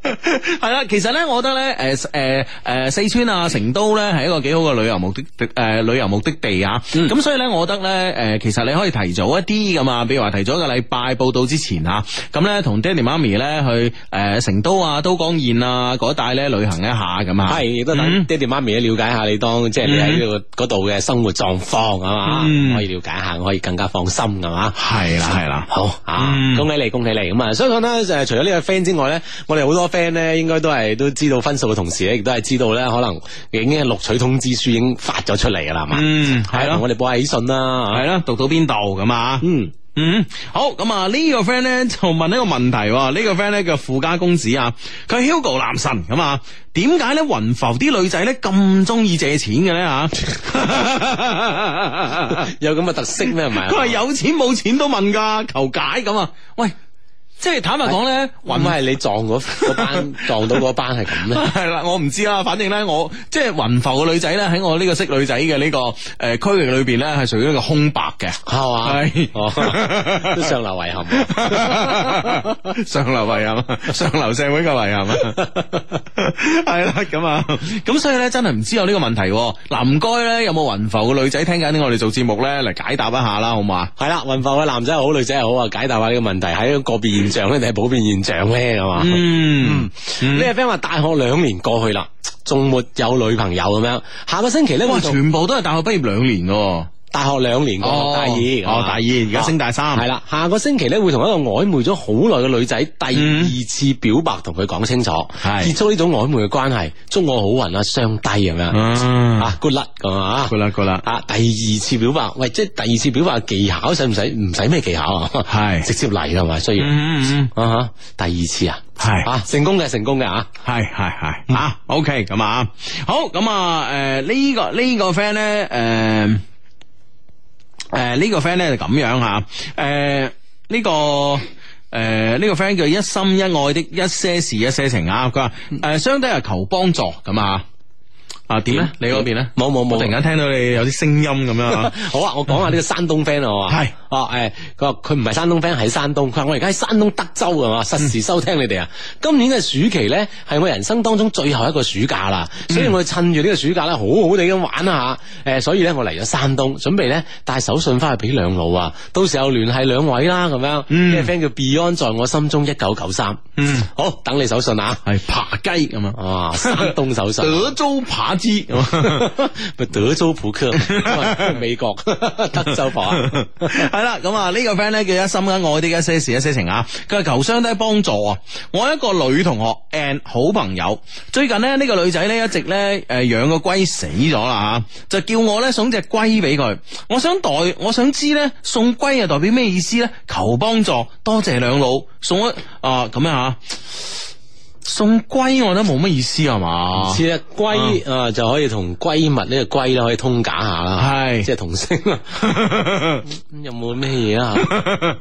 S1: 系啦，其實咧，我覺得咧，诶诶诶，四川啊、成都咧係一個幾好嘅旅遊目的地，诶、旅遊目的地啊。咁、所以咧，我覺得咧，诶、其實你可以提早一啲噶嘛，比如話提早一個禮拜報到之前啊，咁咧同爹哋媽咪咧去诶、誒成都啊、都江堰啊嗰帶咧旅行一下咁啊。
S3: 系，亦都
S1: 嗯
S3: 等爹哋媽咪咧了解下你當即係你喺呢個嗰度嘅生活狀況啊
S1: 嗯
S3: 嘛，可以了解下，可以更加放心係嘛。
S1: 係啦，係啦。
S3: 好啊
S1: 嗯！
S3: 恭喜你，恭喜你咁啊！所以講咧，就係除咗呢個 friend 之外咧，我哋好多 friend 咧，應該都係都知道分數嘅同時咧，亦都係知道咧，可能已經係錄取通知書已經發咗出嚟噶啦，係嘛？啊
S1: 嗯，係咯，
S3: 同我哋報下喜訊啦，
S1: 係咯，讀到邊度咁啊？
S3: 嗯，
S1: 嗯，好咁啊！呢、個 friend 咧就問一個問題喎，呢、個 friend 咧叫富家公子啊，佢係 Hugo 男神咁啊，點解咧雲浮啲女仔咧咁中意借錢嘅咧啊吓？
S3: 有咁嘅特色咩？係咪啊？
S1: 佢話有錢冇錢都問噶，求解咁啊！喂，即係坦白講咧，
S3: 會唔
S1: 雲
S3: 會係你撞嗰 嗰班撞到嗰班係咁咧？
S1: 系啦，我唔知啦，反正咧，我即係雲浮嘅女仔咧，喺我呢個識女仔嘅呢個诶區域裏边咧，係屬於一個空白嘅。
S3: 係嘛？
S1: 係
S3: 哦，都上流遺憾啊。
S1: 上流遺憾，上流社會嘅遺憾， 係啦咁啊，咁所以咧真係唔知有呢個問題喎。嗱，唔該咧，有冇雲浮嘅女仔聽緊我哋做節目咧嚟解答一下啦，好啊嘛？
S3: 係啦，雲浮嘅男仔又好，女仔又好啊，解答下呢個問題，係一個個別現象咧，定係普遍現象咧？係嘛？
S1: 嗯，
S3: 呢個 friend 話大學兩年過去啦，仲沒有女朋友咁樣。下個星期咧，
S1: 哇，
S3: 會同
S1: 啊全部都係大學畢業兩年喎。
S3: 大學兩年過
S1: 哦
S3: 大二，
S1: 哦大二啊而家升大三
S3: 係啦。下個星期咧會同一個曖昧咗好耐嘅女仔第二次表白，同佢講清楚，
S1: 嗯係
S3: 結束呢種曖昧嘅關係。祝我好運啊，雙低咁樣
S1: 啊，
S3: 啊，good luck 咁啊。
S1: 啦佢啦，
S3: 啊！第二次表白，喂，即係第二次表白嘅技巧使唔使？唔使咩技巧啊？
S1: 係
S3: 直接嚟啦，係咪需要？
S1: 嗯嗯。
S3: 啊哈！第二次啊，
S1: 係
S3: 啊，成功嘅，成功嘅啊！
S1: 系系系啊，OK 咁啊，好咁啊，诶、呢、個呢、個 friend 咧，诶、誒呢、個 friend 咧就咁樣吓，誒呢個。誒呢、個 friend 叫一心一愛的一些事一些情啊，佢話誒相低係求幫助咁啊，啊點咧？你嗰邊咧？
S3: 冇冇冇
S1: 我突然間聽到你有啲聲音咁樣 啊，
S3: 好啊，我講下呢個山東 friend 啊，
S1: 係
S3: 哦，誒，佢話佢唔係山東 friend，喺山東。佢話我而家喺山東德州啊嘛，實時收聽你哋啊。今年嘅暑期咧，係我人生當中最後一個暑假啦，所以我趁住呢個暑假咧，好好地咁玩下。誒，所以咧，我嚟咗山東，準備咧帶手信翻去俾兩老啊，到時候聯繫兩位啦，咁樣。呢個 friend 叫 Beyond，在我心中一九九三。嗯，好，等你手信啊。
S1: 係爬雞咁啊，
S3: 啊，山東 手信。
S1: 德州扒 雞咁啊。
S3: 咪德州扑克， 美國德州牌。
S1: 系啦，咁啊呢個 friend 咧叫一心一愛的一些事一些情啊，佢係求相低幫助啊。我有一個女同學 and 好朋友，最近咧呢、個女仔咧一直咧诶养個龜死咗啦啊吓，就叫我咧送只龜俾佢。我想代我想知咧送龜又代表咩意思咧？求幫助，多謝兩老送一啊咁樣啊。送龜我覺得冇乜意思係嘛？
S3: 似啊龜啊就可以同閨蜜呢個龜啦，可以通假下啦，
S1: 係
S3: 即係同聲啦。咁有冇咩嘢啊？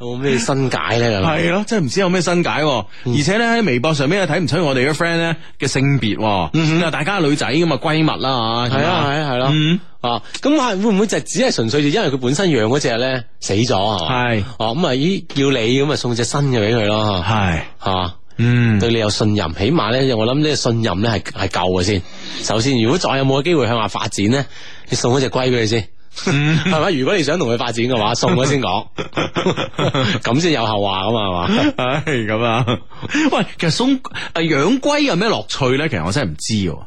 S3: 有冇咩新解咧？咁
S1: 系咯，嗯真系唔知有咩新解喎，而且咧喺微博上面咧睇唔出我哋嘅 friend 咧嘅性別喎，因為大家係女仔咁啊閨蜜啦吓，
S3: 係啊係啊係咯
S1: 嗯
S3: 啊，咁啊會唔會就只係純粹就因為佢本身養嗰只咧死咗係嘛？
S1: 係
S3: 哦咁啊，咦要你咁啊送隻新嘅俾佢咯，
S1: 係，
S3: 係嘛？
S1: 嗯
S3: 對你有信任，起碼咧，我諗呢個信任咧係係夠嘅先。首先，如果再有冇機會向下發展咧，你送嗰只龜俾佢先， 係咪？如果你想同佢發展嘅話，送咗先講，咁先有後話噶嘛，係嘛？
S1: 唉咁啊，喂，其實送诶养龟有咩樂趣咧？其實我真係唔知喎。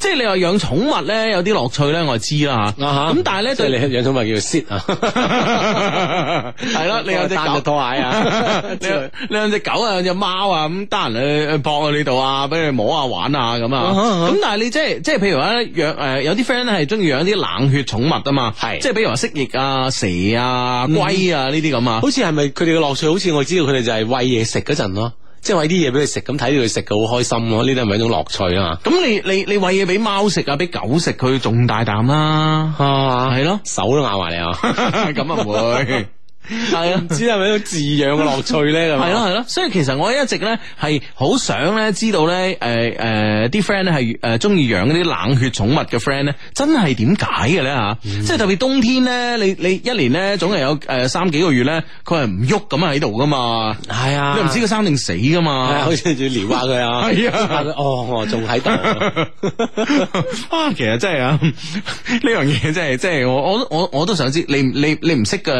S1: 即係你話養寵物咧，有啲樂趣咧，我係知啦吓。
S3: 啊哈
S1: 咁但係咧
S3: 即係
S1: 對
S3: 你養寵物叫做 sit 啊，
S1: 係咯，你有 隻
S3: 幫佢擔
S1: 狗
S3: 隻拖鞋 啊
S1: 你有你有隻狗啊，有隻貓啊，咁得閒去去搏去你度啊，俾你摸下玩啊咁啊。
S3: 啊哈啊哈
S1: 咁但係你即係即係譬如話咧養誒有啲 friend 咧係中意養啲冷血寵物啊嘛，
S3: 係嗯
S1: 即係譬如話蜥蜴啊、蛇啊、龜啊呢啲咁啊。
S3: 好似係咪佢哋嘅樂趣？好似我知道佢哋就係餵嘢食嗰陣咯，即係餵啲嘢俾佢食，咁睇到佢食嘅好開心咯，呢啲係咪一種樂趣啊？
S1: 咁你你你餵嘢俾貓食啊，俾狗食佢仲大啖 啦，
S3: 啊，，
S1: 係咯
S3: 手都咬埋你啊！
S1: 咁啊唔會。係啊
S3: 唔，知係咪一種飼養嘅樂趣咧？
S1: 系咯系咯，所以其實我一直咧係好想咧知道咧，诶、诶，啲 friend 咧係诶中意養嗰啲冷血寵物嘅 friend 咧，真係點解嘅咧吓？
S3: 嗯
S1: 即係特別冬天咧，你你一年咧總係有诶三幾個月咧，佢係唔喐咁啊喺度噶嘛，
S3: 係啊，
S1: 你唔知佢生定死噶
S3: 係啊，
S1: 嘛
S3: 好。似要撩下佢 啊，
S1: 係啊
S3: 撩下佢哦，我仲喺度，
S1: 啊，其實真係啊，呢樣嘢真係真係我我我我都想知，你你你唔識嘅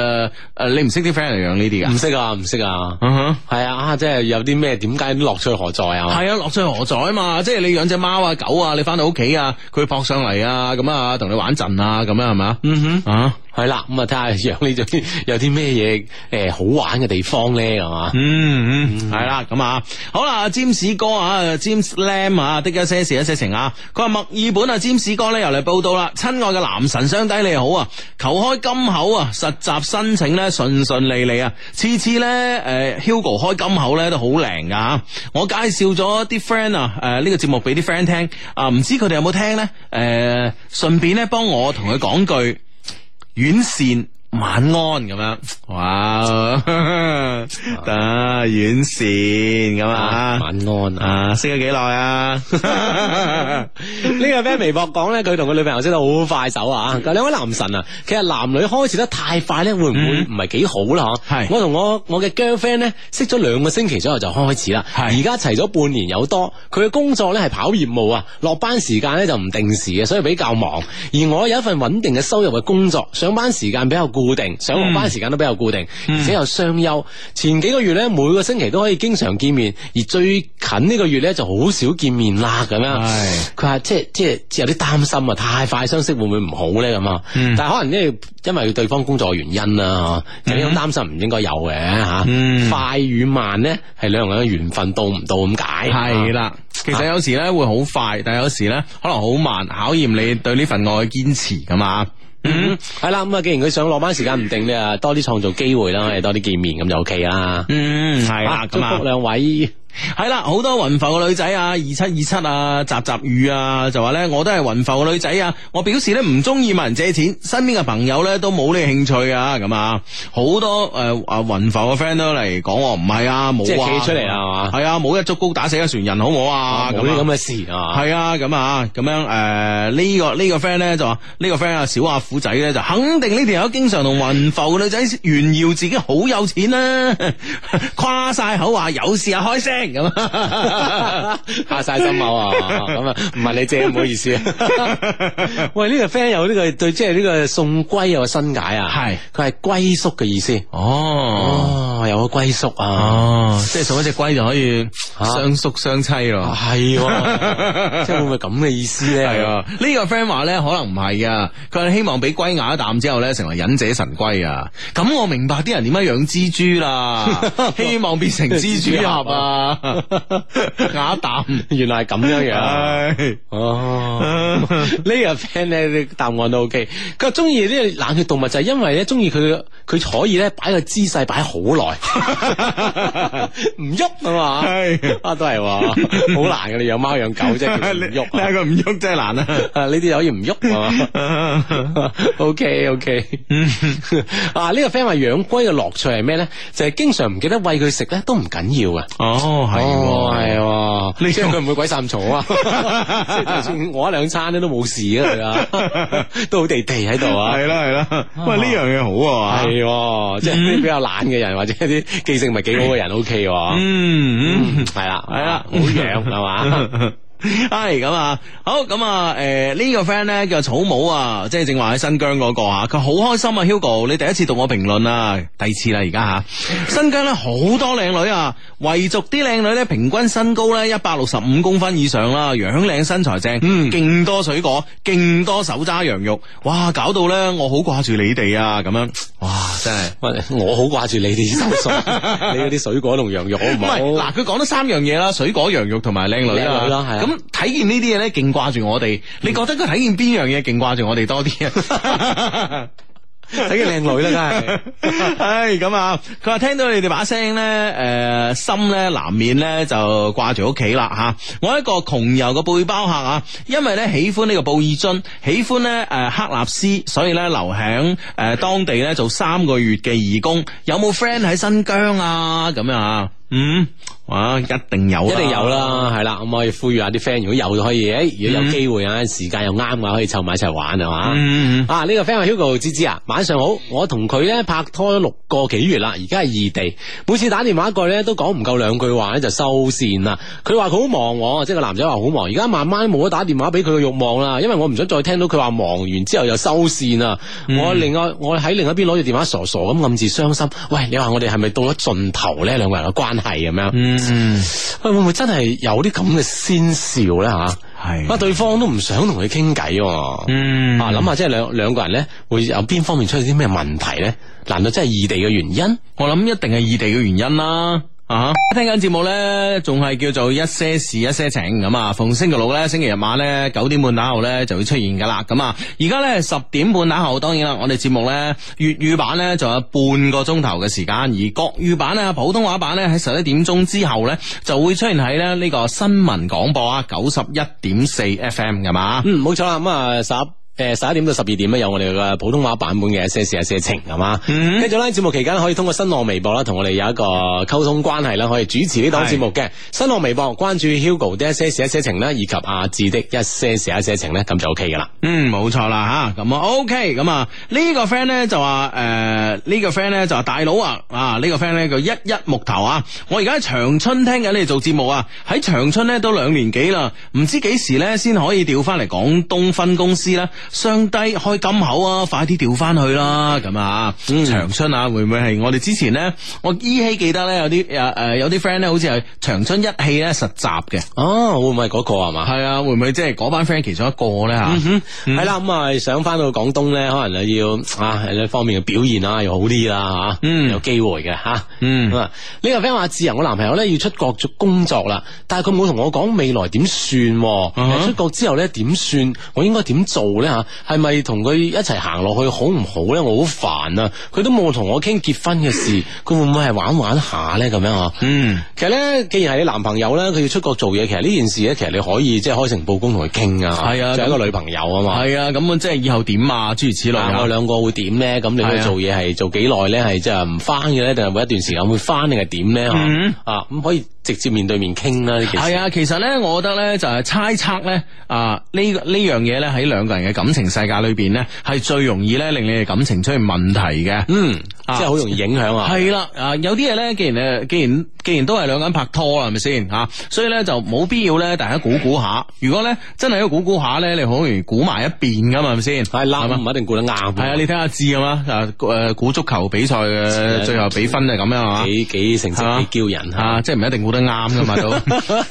S1: 诶，你唔識啲 friend 嚟養呢啲
S3: 唔
S1: 噶？
S3: 識啊，唔識啊，
S1: 嗯哼
S3: 係啊，啊，即係有啲咩點解樂趣何在啊？
S1: 系啊，樂趣何在啊嘛？即係你養只貓啊、狗啊，你翻到屋企啊，佢撲上嚟啊，咁啊，同你玩陣啊，咁樣係咪啊？
S3: 嗯哼，
S1: 啊，
S3: 係啦，咁啊睇下養呢種有啲咩嘢诶好玩嘅地方咧，係嘛？
S1: 嗯嗯，系啦，咁啊，好啦，詹士哥啊，James Lam 啊，的一些事一些情啊，佢話墨爾本啊，詹士哥咧又嚟報道啦，親愛嘅男神相低你好啊，求開金口啊，實習申請咧順順利利啊，次次咧诶、呃 Hugo 開金口咧都好靈噶吓，我介紹咗啲 friend 啊，诶、呢、個節目俾啲 friend 聽啊，唔知佢哋有冇聽咧？诶、順便咧幫我同佢講句。院線晚安咁樣，哇！得院線咁
S3: 晚
S1: 啊，
S3: 安啊！
S1: 啊，識咗幾耐 啊？
S3: 呢個 friend 微博講咧，佢同佢女朋友識得好快手啊！兩位男神啊，其實男女開始得太快咧，會唔會唔係幾好啦？
S1: 嗯係
S3: 嗬，我同我我嘅 girlfriend 咧，識咗兩個星期左右就開始啦，
S1: 係
S3: 而家齊咗半年有多。佢嘅工作咧係跑業務啊，落班時間咧就唔定時嘅，所以比較忙。而我有一份穩定嘅收入嘅工作，上班時間比較固定，上落
S1: 嗯
S3: 班時間都比較固定，而且有雙休。前幾個月咧，每個星期都可以經常見面，而最近呢個月咧就好少見面啦咁樣。
S1: 係
S3: 佢話即係即係即係有啲擔心啊，太快相識會唔會唔好咧咁啊？但係可能因為因為對方工作嘅原因啦，嚇有呢種擔心唔應該有嘅嚇。
S1: 嗯
S3: 快與慢咧係兩個人嘅緣分到唔到咁解。
S1: 係
S3: 啊
S1: 啦，其實有時咧會好快，但係有時咧可能好慢，考驗你對呢份愛嘅堅持啊噶嘛。
S3: 嗯，係啦，咁啊，既然佢想落班時間唔定，你啊多啲創造機會啦，我哋多啲見面咁就 OK 啦。
S1: 嗯，係啦，
S3: 啊祝
S1: 咁啊
S3: 福。兩位。
S1: 系啦，好多云浮嘅女仔啊，二七二七啊，集集雨啊，就话咧我都系云浮嘅女仔啊，我表示咧唔中意問人借錢，身邊嘅朋友咧都冇呢個興趣啊，咁啊，好多诶啊云浮嘅 friend 都嚟講我唔係啊，冇啊，
S3: 即係企出嚟啦係嘛哦
S1: 系啊，冇一竹篙打死一船人，好唔好啊？咁
S3: 冇啲
S1: 啊
S3: 咁。嘅事啊。
S1: 系啊，咁啊，咁樣诶，呢、個呢、個 friend 咧就話呢、個 friend 啊，小阿虎仔咧就肯定呢條友經常同雲浮嘅女仔炫耀自己好有錢啦、 誇晒口話有事啊開聲咁啊，
S3: 下晒心口啊，咁啊唔問你借唔好意思。啊喂，呢、個 friend 有呢、個對，即係呢個送龜有個新解啊，
S1: 係
S3: 佢係龜宿嘅 意思。
S1: 哦。
S3: 哦，有個龜宿啊，
S1: 哦，即係送一隻龜就可以
S3: 啊
S1: 相宿相妻咯。
S3: 係喎，即係會唔會咁嘅意思咧？
S1: 係，啊，呢個 friend 話咧，可能唔係噶，佢係希望俾龜咬一啖之後咧，成為忍者神龜啊。咁我明白啲人點樣養蜘蛛 啦，希望變成蜘蛛俠 啊，咬一啖。
S3: 嗯原來係咁樣 樣。
S1: 唉
S3: 哦， 呢個 friend 咧，呢個答案都 OK。佢話中意呢個冷血動物就係因為咧，中意佢佢可以咧擺個姿勢擺好耐， 唔喐啊嘛。
S1: 係
S3: 啊，都係 喎，好難嘅。你養貓養狗真係唔
S1: 你
S3: 喐啊
S1: 睇佢唔喐真係難
S3: 啊！呢啲可以唔喐 啊
S1: 啊。
S3: O K O K，啊
S1: 嗯
S3: 呢個 friend 話養龜嘅樂趣係咩咧？就係經常唔記得餵佢食咧，都唔緊要嘅。啊
S1: 哦，係
S3: 哦
S1: 喎。
S3: 係喎，
S1: 呢
S3: 你即係
S1: 個
S3: 佢唔會鬼殺咁 嘈啊！ 即係就算我一兩餐咧都冇事啊，佢啊，都好地地喺度啊。
S1: 係啦係啦，喂呢樣嘢好啊，
S3: 係喎，即係
S1: 嗯
S3: 啲比較懶嘅人或者啲記性唔係幾好嘅人 O K 喎。
S1: 嗯嗯。
S3: 係啦，啊
S1: 係啦
S3: 好養係嘛。
S1: 系 咁啊，好咁啊，诶、呢、個个 friend 咧叫草帽啊，即係正話喺新疆嗰、個个啊，佢好開心啊，Hugo，你第一次讀我評論啊，第二次啦而家吓，新疆咧好多靚女啊，唯獨啲靚女咧平均身高咧一百六十五公分以上啦，樣靚身材正，嗯，劲多水果，勁多手揸羊肉，哇，搞到咧我好掛住你哋啊，咁樣，哇，真係。
S3: 喂我好掛住你哋手 信，你嗰啲水果同羊肉好
S1: 唔
S3: 唔
S1: 係
S3: 好？
S1: 嗱，佢講咗三樣嘢啦，水果、羊肉同埋靚女
S3: 靚
S1: 啦。
S3: 女啦係啊
S1: 咁睇見呢啲嘢咧，勁掛住我哋。你覺得佢睇見邊樣嘢勁掛住我哋多啲 啊？
S3: 睇佢靚女啦，梗係。
S1: 唉，咁啊，佢話聽到你哋把聲咧，诶、心咧難免咧就掛住屋企啦吓。我係一個窮遊嘅背包客啊，因為咧喜歡呢個布爾津，喜歡咧诶克納斯，所以咧留喺诶当地咧做三個月嘅義工。有冇 friend 喺新疆啊？咁樣啊？嗯，哇，一定有，
S3: 一定有。啦，係啦，咁可以呼籲下啲 friend，如果有就可以，誒，如果有機會啊，時間又啱嘅話，可以湊埋一齊玩係嘛。
S1: 嗯，
S3: 啊！呢、個 friend 話 Hugo 芝芝啊，晚上好，我同佢咧拍拖六個幾月啦，而家係異地，每次打電話過去咧都講唔夠兩句話咧就收線啦。佢話佢好忙我，即係個男仔話好忙，而家慢慢冇咗打電話俾佢嘅慾望啦，因為我唔想再聽到佢話忙完之後又收線啊。我另外我喺另一邊攞住電話傻傻咁暗自傷心。喂，你話我哋係咪到咗盡頭咧？兩個人嘅關係咁樣，
S1: 嗯，
S3: 喂會唔會真係有啲咁嘅先兆咧吓？
S1: 係
S3: 啊，對方都唔想同佢傾偈喎。
S1: 嗯
S3: 啊，諗下即係兩兩個人咧，會有邊方面出現啲咩問題咧？難道真係異地嘅原因？
S1: 我諗一定係異地嘅原因啦。啊！聽緊節目咧，仲係叫做一些事一些情咁啊！逢星期六咧，星期日晚咧九點半打後咧就會出現噶啦。咁啊，而家咧十點半打後，當然啦，我哋節目咧粵語版咧仲有半個鐘頭嘅時間，而國語版咧普通話版咧喺十一點鐘之後咧就會出現喺咧呢個新聞廣播啊九十一點四 FM 㗎嘛。
S3: 嗯，冇錯啦。咁啊，十誒十一點到十二點咧，有我哋嘅普通話版本嘅一些事一些情，係嘛？
S1: 嗯
S3: 跟住咧，節目期間可以通過新浪微博啦，同我哋有一個溝通關係啦，可以主持呢檔節目嘅。新浪微博關注 Hugo 的一些事一些情啦，以及阿志的一些事一些情咧，咁就 OK 噶啦。
S1: 嗯，冇錯啦吓，咁啊 OK，咁啊呢個 friend 咧就話誒呢個 friend 咧就話大佬啊啊呢個 friend 咧叫一一木頭啊，我而家喺長春聽緊你哋做節目啊，喺長春咧都兩年幾啦，唔知幾時咧先可以調翻嚟廣東分公司咧，雙低開金口啊，快啲調翻去啦，咁啊，長春啊會唔會係我哋之前咧，我依稀記得咧有啲誒誒有啲 friend 咧好似係長春一汽咧實習嘅，
S3: 哦，會唔會係嗰個係嘛？
S1: 係啊，會唔會即係嗰班 friend 其中一個咧吓？
S3: 嗯，係啦，咁啊，想翻到廣東咧，可能要啊喺呢方面嘅表現啊，要好啲啦吓，
S1: 嗯
S3: 有機會嘅吓。
S1: 嗯
S3: 咁啊，呢個 friend 話志仁，我男朋友咧要出國做工作啦，但係佢冇同我講未來點算喎，
S1: 哼
S3: 出國之後咧點算，我應該點做咧吓？係咪同佢一齊行落去好唔好咧？我好煩啊！佢都冇同我傾結婚嘅事，佢會唔會係玩玩下咧咁樣啊？
S1: 嗯。
S3: 其實咧，既然係你男朋友咧，佢要出國做嘢，其實呢件事咧，其實你可以即係開誠布公同佢傾啊，
S1: 係啊
S3: 作為一
S1: 咁
S3: 個女朋友啊嘛。
S1: 系啊，咁啊，即係以後點啊，諸如此類
S3: 嗱，我
S1: 啊。
S3: 兩個會點咧？咁你
S1: 係
S3: 去
S1: 啊
S3: 做嘢係做幾耐咧？係即係唔翻嘅咧，定係會一段時間會翻定係點咧？
S1: 嗯
S3: 嚇啊，咁可以直接面對面傾啦呢件
S1: 係
S3: 事。
S1: 啊，其實咧，我覺得咧就係猜測咧，啊呢個呢樣嘢咧喺兩個人嘅感情世界裏邊咧，係最容易咧令你哋感情出現問題嘅。
S3: 嗯，
S1: 啊
S3: 即係好容易影響啊。
S1: 係啦，啊有啲嘢咧，既然誒，既然既然都係兩個人拍拖啦，係咪先吓？所以咧就冇必要咧，大家估估下。如果咧真係要估估下咧，你好容易估埋一邊噶嘛，係咪先？
S3: 係啦，
S1: 係嘛
S3: 唔一定估得啱。
S1: 係啊，你睇下知啊嘛，啊誒估足球比賽嘅最後比分係咁樣啊嘛，
S3: 幾幾成績幾驕人嚇。
S1: 啊即係唔一定估得啱噶嘛都。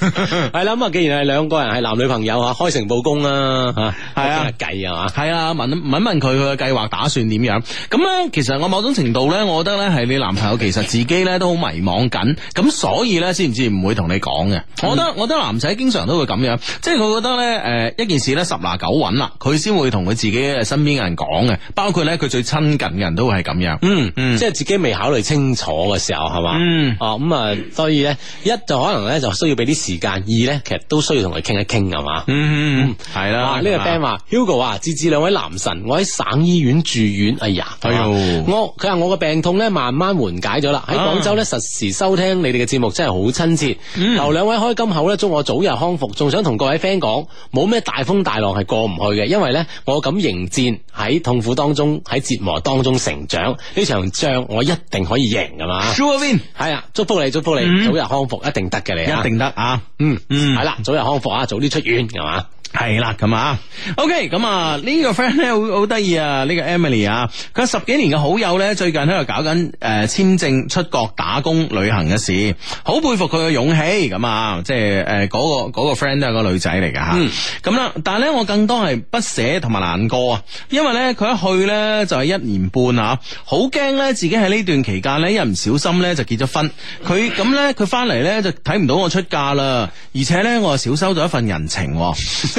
S3: 係啦，咁啊，既然係兩個人係男女朋友嚇，啊開誠布公啦嚇，
S1: 係啊
S3: 傾下計啊嘛。
S1: 系啊，問問問佢佢嘅計劃打算點樣？咁咧，其實我某種程度咧，我覺得咧係你男朋友其實自己咧都好迷茫緊，咁所以咧先至唔會同你講嘅。我覺得我覺得男仔經常都會咁樣，即係佢覺得咧誒、呃一件事咧十拿九穩啦，佢先會同佢自己嘅身邊嘅人講嘅，包括咧佢最親近嘅人都會係咁樣。
S3: 嗯，
S1: 嗯
S3: 即係自己未考慮清楚嘅時候，係嘛？
S1: 嗯
S3: 哦，咁啊，所以咧，一就可能咧就需要俾啲時間，二咧其實都需要同佢傾一傾，係嘛？
S1: 嗯，係
S3: 啊！呢個 friend 話，Hugo 啊，致致兩位男神，我喺省醫院住院，哎呀，
S1: 哎呦啊
S3: 我佢話我嘅病痛咧慢慢緩解咗啦，喺廣州咧實時收聽你哋嘅節目真係好親切，
S1: 嗯
S3: 求兩位開金口咧，祝我早日康復，仲想同各位 friend 講，冇咩大風大浪係過唔去嘅，因為咧我敢迎戰喺痛苦當中，喺折磨當中成長，呢場仗我一定可以贏噶嘛，
S1: Sure win，
S3: 係啊，祝福你，祝福你，
S1: 嗯
S3: 早日康復，一定得嘅你啊
S1: 一，定得啊！
S3: 嗯
S1: 嗯
S3: 係啦，早日康復啊，早啲出院 係嘛。
S1: 系啦，咁啊，OK，咁啊呢個 friend 咧好好得意啊，呢、個 Emily 啊，佢十幾年嘅好友咧，最近喺度搞緊誒簽證出國打工旅行嘅事，好佩服佢嘅勇氣咁啊，即係誒嗰個嗰、個 friend 都係個女仔嚟㗎吓，咁啦、但係咧我更多係不捨同埋難過啊，因為咧佢一去咧就係一年半啊，好驚咧自己喺呢段期間咧一唔小心咧就結咗婚，佢咁咧佢翻嚟咧就睇唔到我出嫁啦，而且咧我又少收咗一份人情喎。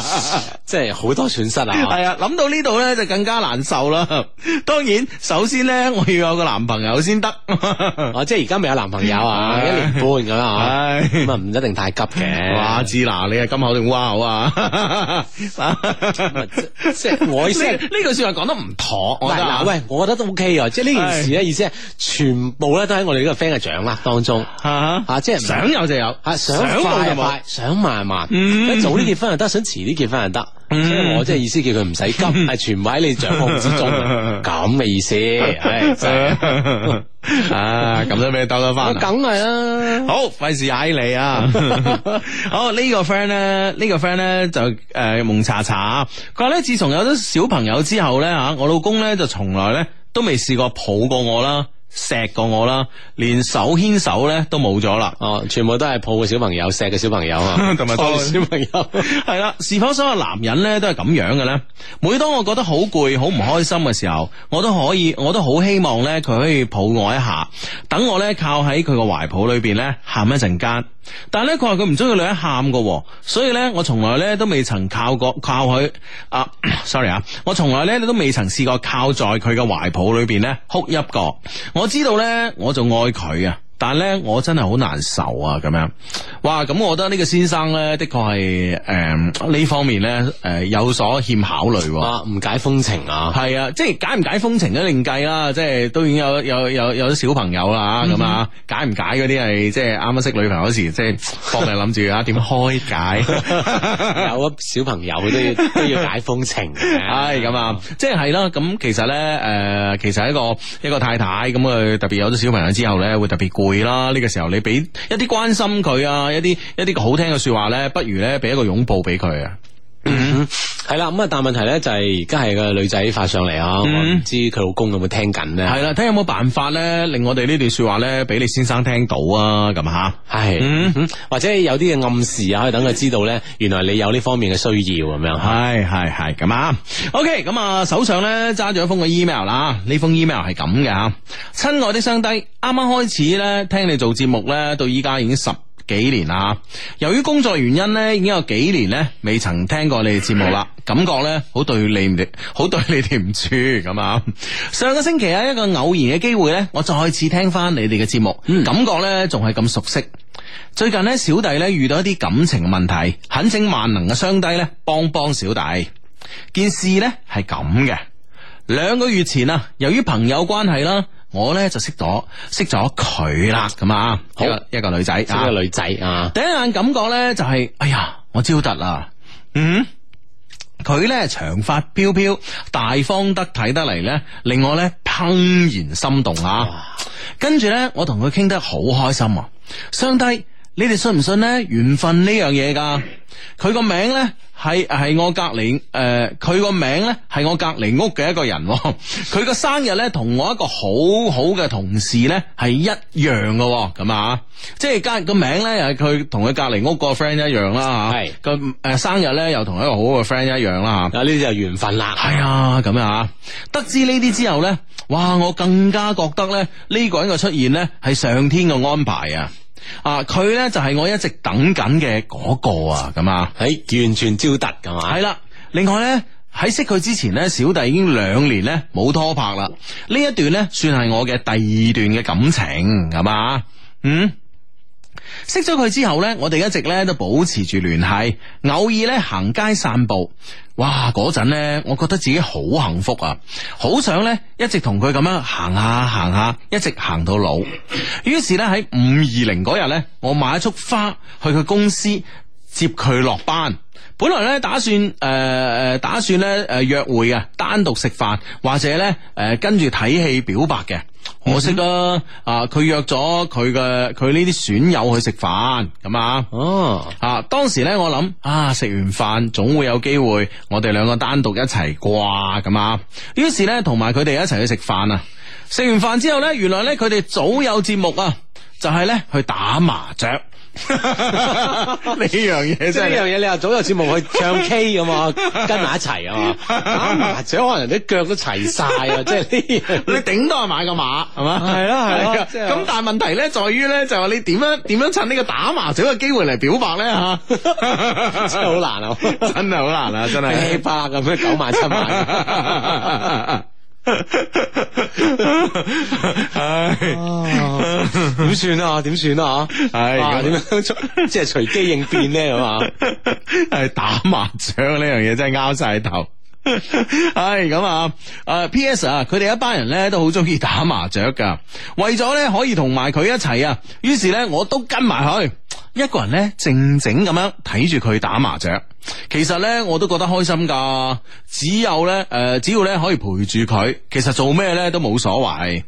S1: 系
S3: 即係好多損 失啊！
S1: 啊，諗到呢度咧就更加難受啦。當然，首先咧我要有個男朋友先得。
S3: 啊，即係而家未有男朋友啊，
S1: 唉
S3: 一年半咁 啦啊
S1: 唉
S3: 咁啊唔一定太急嘅。
S1: 哇，志娜，你係金口定哇口啊？
S3: 即即係我意思
S1: 呢
S3: 係。
S1: 呢句说話講得唔妥，我
S3: 喂
S1: 覺得啊
S3: 嗱，喂，我覺得都 OK 啊！即係呢件事咧，意思係全部咧都喺我哋呢個 friend 嘅掌握當中
S1: 啊
S3: 啊！即係唔
S1: 想有就有，
S3: 啊，想
S1: 冇
S3: 快
S1: 就
S3: 就
S1: 冇
S3: 快，。想慢慢，
S1: 嗯
S3: 一早啲結婚又得，想遲啲結婚又得。所以我即係意思叫佢唔使 急，係全部喺你掌控之中嘅，咁嘅意思。唉，真 係
S1: 啊，咁都俾你兜得翻。
S3: 梗係啦，
S1: 好，費事嗌你啊！好呢、個 friend 咧，呢、個 friend 咧就誒、呃、蒙查查，佢話咧啊自從有咗小朋友之後咧嚇，我老公咧就從來咧都未試過抱過我啦。錫過我啦，連手牽手咧都冇咗啦。
S3: 哦，全部都係抱嘅小朋友，錫嘅小朋友 啊，
S1: 同埋
S3: 抱
S1: 多
S3: 嘅小朋友。
S1: 系啦，是否所有男人咧都係咁樣嘅咧？每當我覺得好攰、好唔開心嘅時候，我都可以，我都好希望咧佢可以抱我一下，等我咧靠喺佢個懷抱裏邊咧喊一陣間。但係咧，佢話佢唔中意女人喊嘅喎，所以咧我從來咧都未曾靠過靠佢啊 ，sorry 啊，我從來咧都未曾試過靠在佢嘅懷抱裏邊咧哭泣過。我知道咧，我就愛佢啊。但咧，我真係好難受啊！咁樣，哇！咁我覺得呢個先生咧，的確係誒呢方面咧，誒、有所欠考慮喎、
S3: 啊，唔解風 情啊！
S1: 係啊，即係解唔解風情都另計啦，即係都已經有有有有啲小朋友啦咁啊，解唔解嗰啲係即係啱啱識女朋友嗰時，即係搏命諗住啊點開解。
S3: 有啊小朋友都要都要解風情 嘅，
S1: 唉，咁啊，即係係啦。咁其實咧，誒、其實一個一個太太咁佢特別有咗小朋友之後咧，會特別攰啦。呢、個時候你俾一啲關心佢啊，一啲一啲好聽嘅説話咧，不如咧俾一個擁抱俾佢啊。
S3: 係啦，咁啊，但問題咧就係而家係個女仔發上嚟啊，我
S1: 嗯
S3: 唔知佢老公有冇聽緊咧。
S1: 係啦，睇有冇辦法咧，令我哋呢段説話咧，俾你先生聽到啊，咁嚇。
S3: 係，嗯或者有啲嘅暗示啊，可以等佢知道咧，原來你有呢方面嘅需要咁樣吓。
S1: 系系系咁啊，OK，咁啊手上咧揸住一封嘅 email 啦，呢封 email 係咁嘅吓，親愛的雙低，啱啱開始咧聽你做節目咧，到依家已經十幾年啦，由於工作原因咧，已經有幾年咧未曾聽過你哋節目啦，感覺咧好對你哋 好對你哋唔住咁啊。上個星期啊，一個偶然嘅機會咧，我再次聽翻你哋嘅節目，
S3: 嗯
S1: 感覺咧仲係咁熟悉。最近咧，小弟咧遇到一啲感情問題，懇請萬能嘅雙低咧幫幫小弟。件事咧係咁嘅，兩個月前啊，由於朋友關係啦，我咧就識咗識咗佢啦，咁啊，
S3: 好
S1: 一個一個女仔，
S3: 即係個女仔啊，
S1: 第一眼感覺咧就係、哎呀，我招突啦，嗯。佢咧長髮飄飄，大方得體得嚟咧，令我咧怦然心動啊！跟住咧，我同佢傾得好開心啊！相低，你哋信唔信咧緣分呢樣嘢㗎？佢個名咧係係我隔離誒，呃佢、個名咧係我隔離屋嘅一個人喎、 佢個生日咧同我一個好好嘅同事咧係一樣嘅喎咁啊，即係隔個名咧又係佢同佢隔離屋個 friend 一樣啦嚇，
S3: 係
S1: 個誒生日咧又同一個好好嘅 friend 一樣啦嚇。
S3: 啊呢啲就係緣分啦。
S1: 係啊，咁啊，得知呢啲之後呢，哇！我更加覺得咧呢個人嘅出現呢係上天嘅安排啊！啊，佢呢就係我一直等緊嘅嗰個啊，咁啊，
S3: 係完全招突噶嘛。
S1: 係啦。另外呢，喺識佢之前呢，小弟已經兩年呢冇拖拍啦。呢一段呢，算係我嘅第二段嘅感情，係嘛？嗯。識咗佢之後呢，我哋一直咧都保持住聯繫，偶爾咧行街散步。哇！嗰陣呢，我覺得自己好幸福啊，好想呢，一直同佢咁樣行下行下，一直行到老。於是呢，喺五二零嗰日呢，我買一束花去佢公司接佢落班。本來咧打算誒誒、呃打算咧誒約會啊，單獨食飯或者咧誒、呃跟住睇戲表白嘅。可惜啦，啊佢約咗佢嘅佢呢啲損友去食飯咁啊。
S3: 哦，
S1: 啊！當時咧，我諗啊，食完飯總會有機會，我哋兩個單獨一齊啩咁啊。於是咧，同埋佢哋一齊去食飯啊。食完飯之後咧，原來咧佢哋早有節目啊，就係咧去打麻 雀。呢樣嘢
S3: 即係呢樣嘢，你話早有節目去 唱 K 咁嘛，跟埋一齊啊嘛，打麻雀可能啲腳都齊晒 啊，即係呢
S1: 你頂多係買個馬係嘛？
S3: 係咯係咯
S1: 係啊
S3: 即係
S1: 咁但係問題咧，在於咧就係你點樣點樣趁呢個打麻雀嘅機會嚟表白咧吓，
S3: 真係好難啊，
S1: 真係好難啊！真
S3: 噼
S1: 係。
S3: 啪咁樣九萬七 萬。
S1: 唉，
S3: 點算啊？點算啊？
S1: 唉
S3: 啊
S1: 咁
S3: 點樣隨 即係隨機應變咧？咁啊？
S1: 係打麻雀呢樣嘢真係拗晒頭。 唉，咁啊，誒，P.S. 啊，佢哋一班人咧都好中意打麻雀噶，為咗咧可以同埋佢一齊啊，於是咧我都跟埋佢，一個人咧靜靜咁樣睇住佢打麻雀。其實咧我都覺得開心噶，只有咧誒、呃只要咧可以陪住佢，其實做咩咧都冇所謂。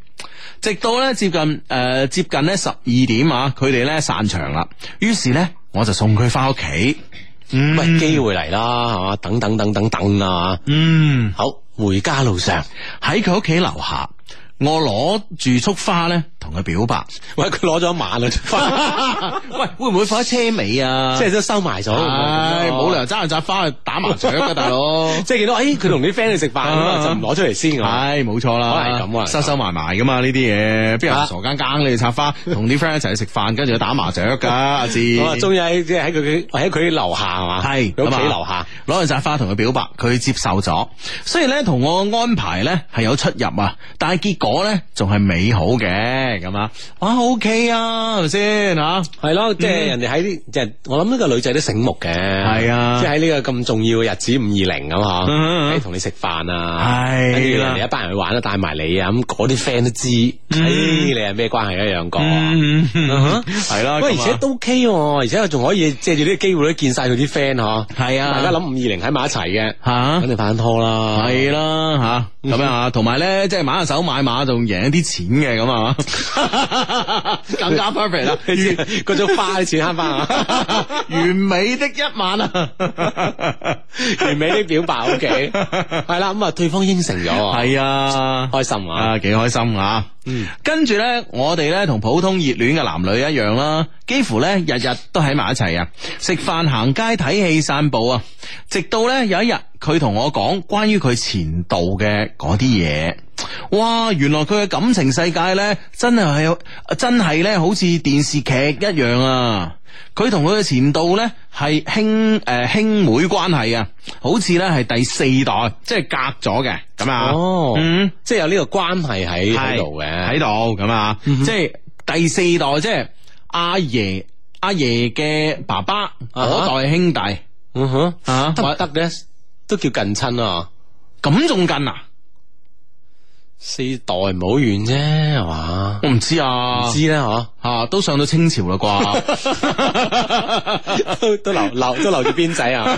S1: 直到咧接近誒、呃接近咧十二點啊，佢哋咧散場啦，於是咧我就送佢翻屋企。
S3: 喂，機會嚟啦，係嘛？等等等等等啊！
S1: 嗯。
S3: 好，回家路上，
S1: 喺佢屋企樓下，我攞住束花咧同佢表 白，
S3: 喂，佢攞咗一 晚啦，
S1: 喂，會唔會放喺車尾啊？
S3: 即係都收埋咗。
S1: 唉，冇理由揸住扎花去打麻雀噶， 大佬。
S3: 即係見到，哎，佢同啲 friend 去食飯
S1: 啊
S3: 咁就唔攞出嚟先咁。
S1: 唉，冇錯啦，
S3: 可能係咁啊
S1: 收收埋埋噶嘛呢啲嘢，邊有人傻更更你去插 花，同啲 friend 一齊去食飯，跟住去打麻雀噶，阿志。
S3: 咁啊，終於喺即係喺佢喺佢樓下係嘛？
S1: 係
S3: 佢屋
S1: 咁
S3: 企
S1: 啊
S3: 樓下。
S1: 攞住扎花同佢表白，佢接受咗。雖然咧同我安排咧係有出入啊，但係結果咧仲係美好嘅咁啊，哇 OK 啊，係咪先吓？
S3: 係咯，
S1: 嗯
S3: 即係人哋喺啲，即係我諗呢個女仔都醒目嘅，係
S1: 啊
S3: 即係喺呢個咁重要嘅日子五二零咁
S1: 嗯嗯嗯
S3: 嗬，喺同你食飯啊，
S1: 係啦
S3: 跟住人哋一班人去玩啊，帶埋你啊，咁嗰啲 friend 都知，唉，你係咩關係啊，兩個，
S1: 嗯，係啦，
S3: 喂，而
S1: 咁啊
S3: 且都 OK 喎，而且我仲可以借住呢個機會咧見晒佢啲 friend 嗬，
S1: 係啊
S3: 大家諗五二零喺埋一齊嘅，
S1: 吓
S3: 肯。定拍緊拖啦，
S1: 系啦吓，
S3: 嗯
S1: 咁樣啊，同埋咧，即係買下手買馬仲贏一啲錢嘅咁啊， 更加 perfect 啦，
S3: 嗰種花啲錢慳翻 啊，
S1: 完美的一晚 啊，
S3: 完美啲表白 OK，係啦，咁啊對方應承咗啊，
S1: 係啊，
S3: 開心啊。
S1: 啊，幾開心啊！嗯，跟住呢，我哋呢同普通熱戀嘅男女一樣啦，幾乎呢日日都喺埋一齊啊，食飯、行街、睇戲、散步啊，直到呢有一日佢同我講關於佢前度嘅嗰啲嘢，哇！原來佢嘅感情世界呢，真係有真係呢好似電視劇一樣啊！佢同佢嘅前度呢係兄誒、呃兄妹關係啊，好似呢係第四代，即係隔咗嘅咁啊。
S3: 哦
S1: 嗯。
S3: 即係有呢個關係喺
S1: 喺
S3: 喺度嘅，嗯
S1: 喺度咁啊，即係第四代，即係阿爺阿爺嘅爸爸
S3: 啊
S1: 嗰代兄弟
S3: 嗯哼，
S1: 啊，
S3: 得唔得咧？都叫近親啊，
S1: 咁仲近啊？
S3: 四代唔好遠啫，係嘛？
S1: 我唔知啊，
S3: 知啦，嗬，
S1: 啊都上到清朝啦啩。
S3: 都都留留都留住邊仔啊！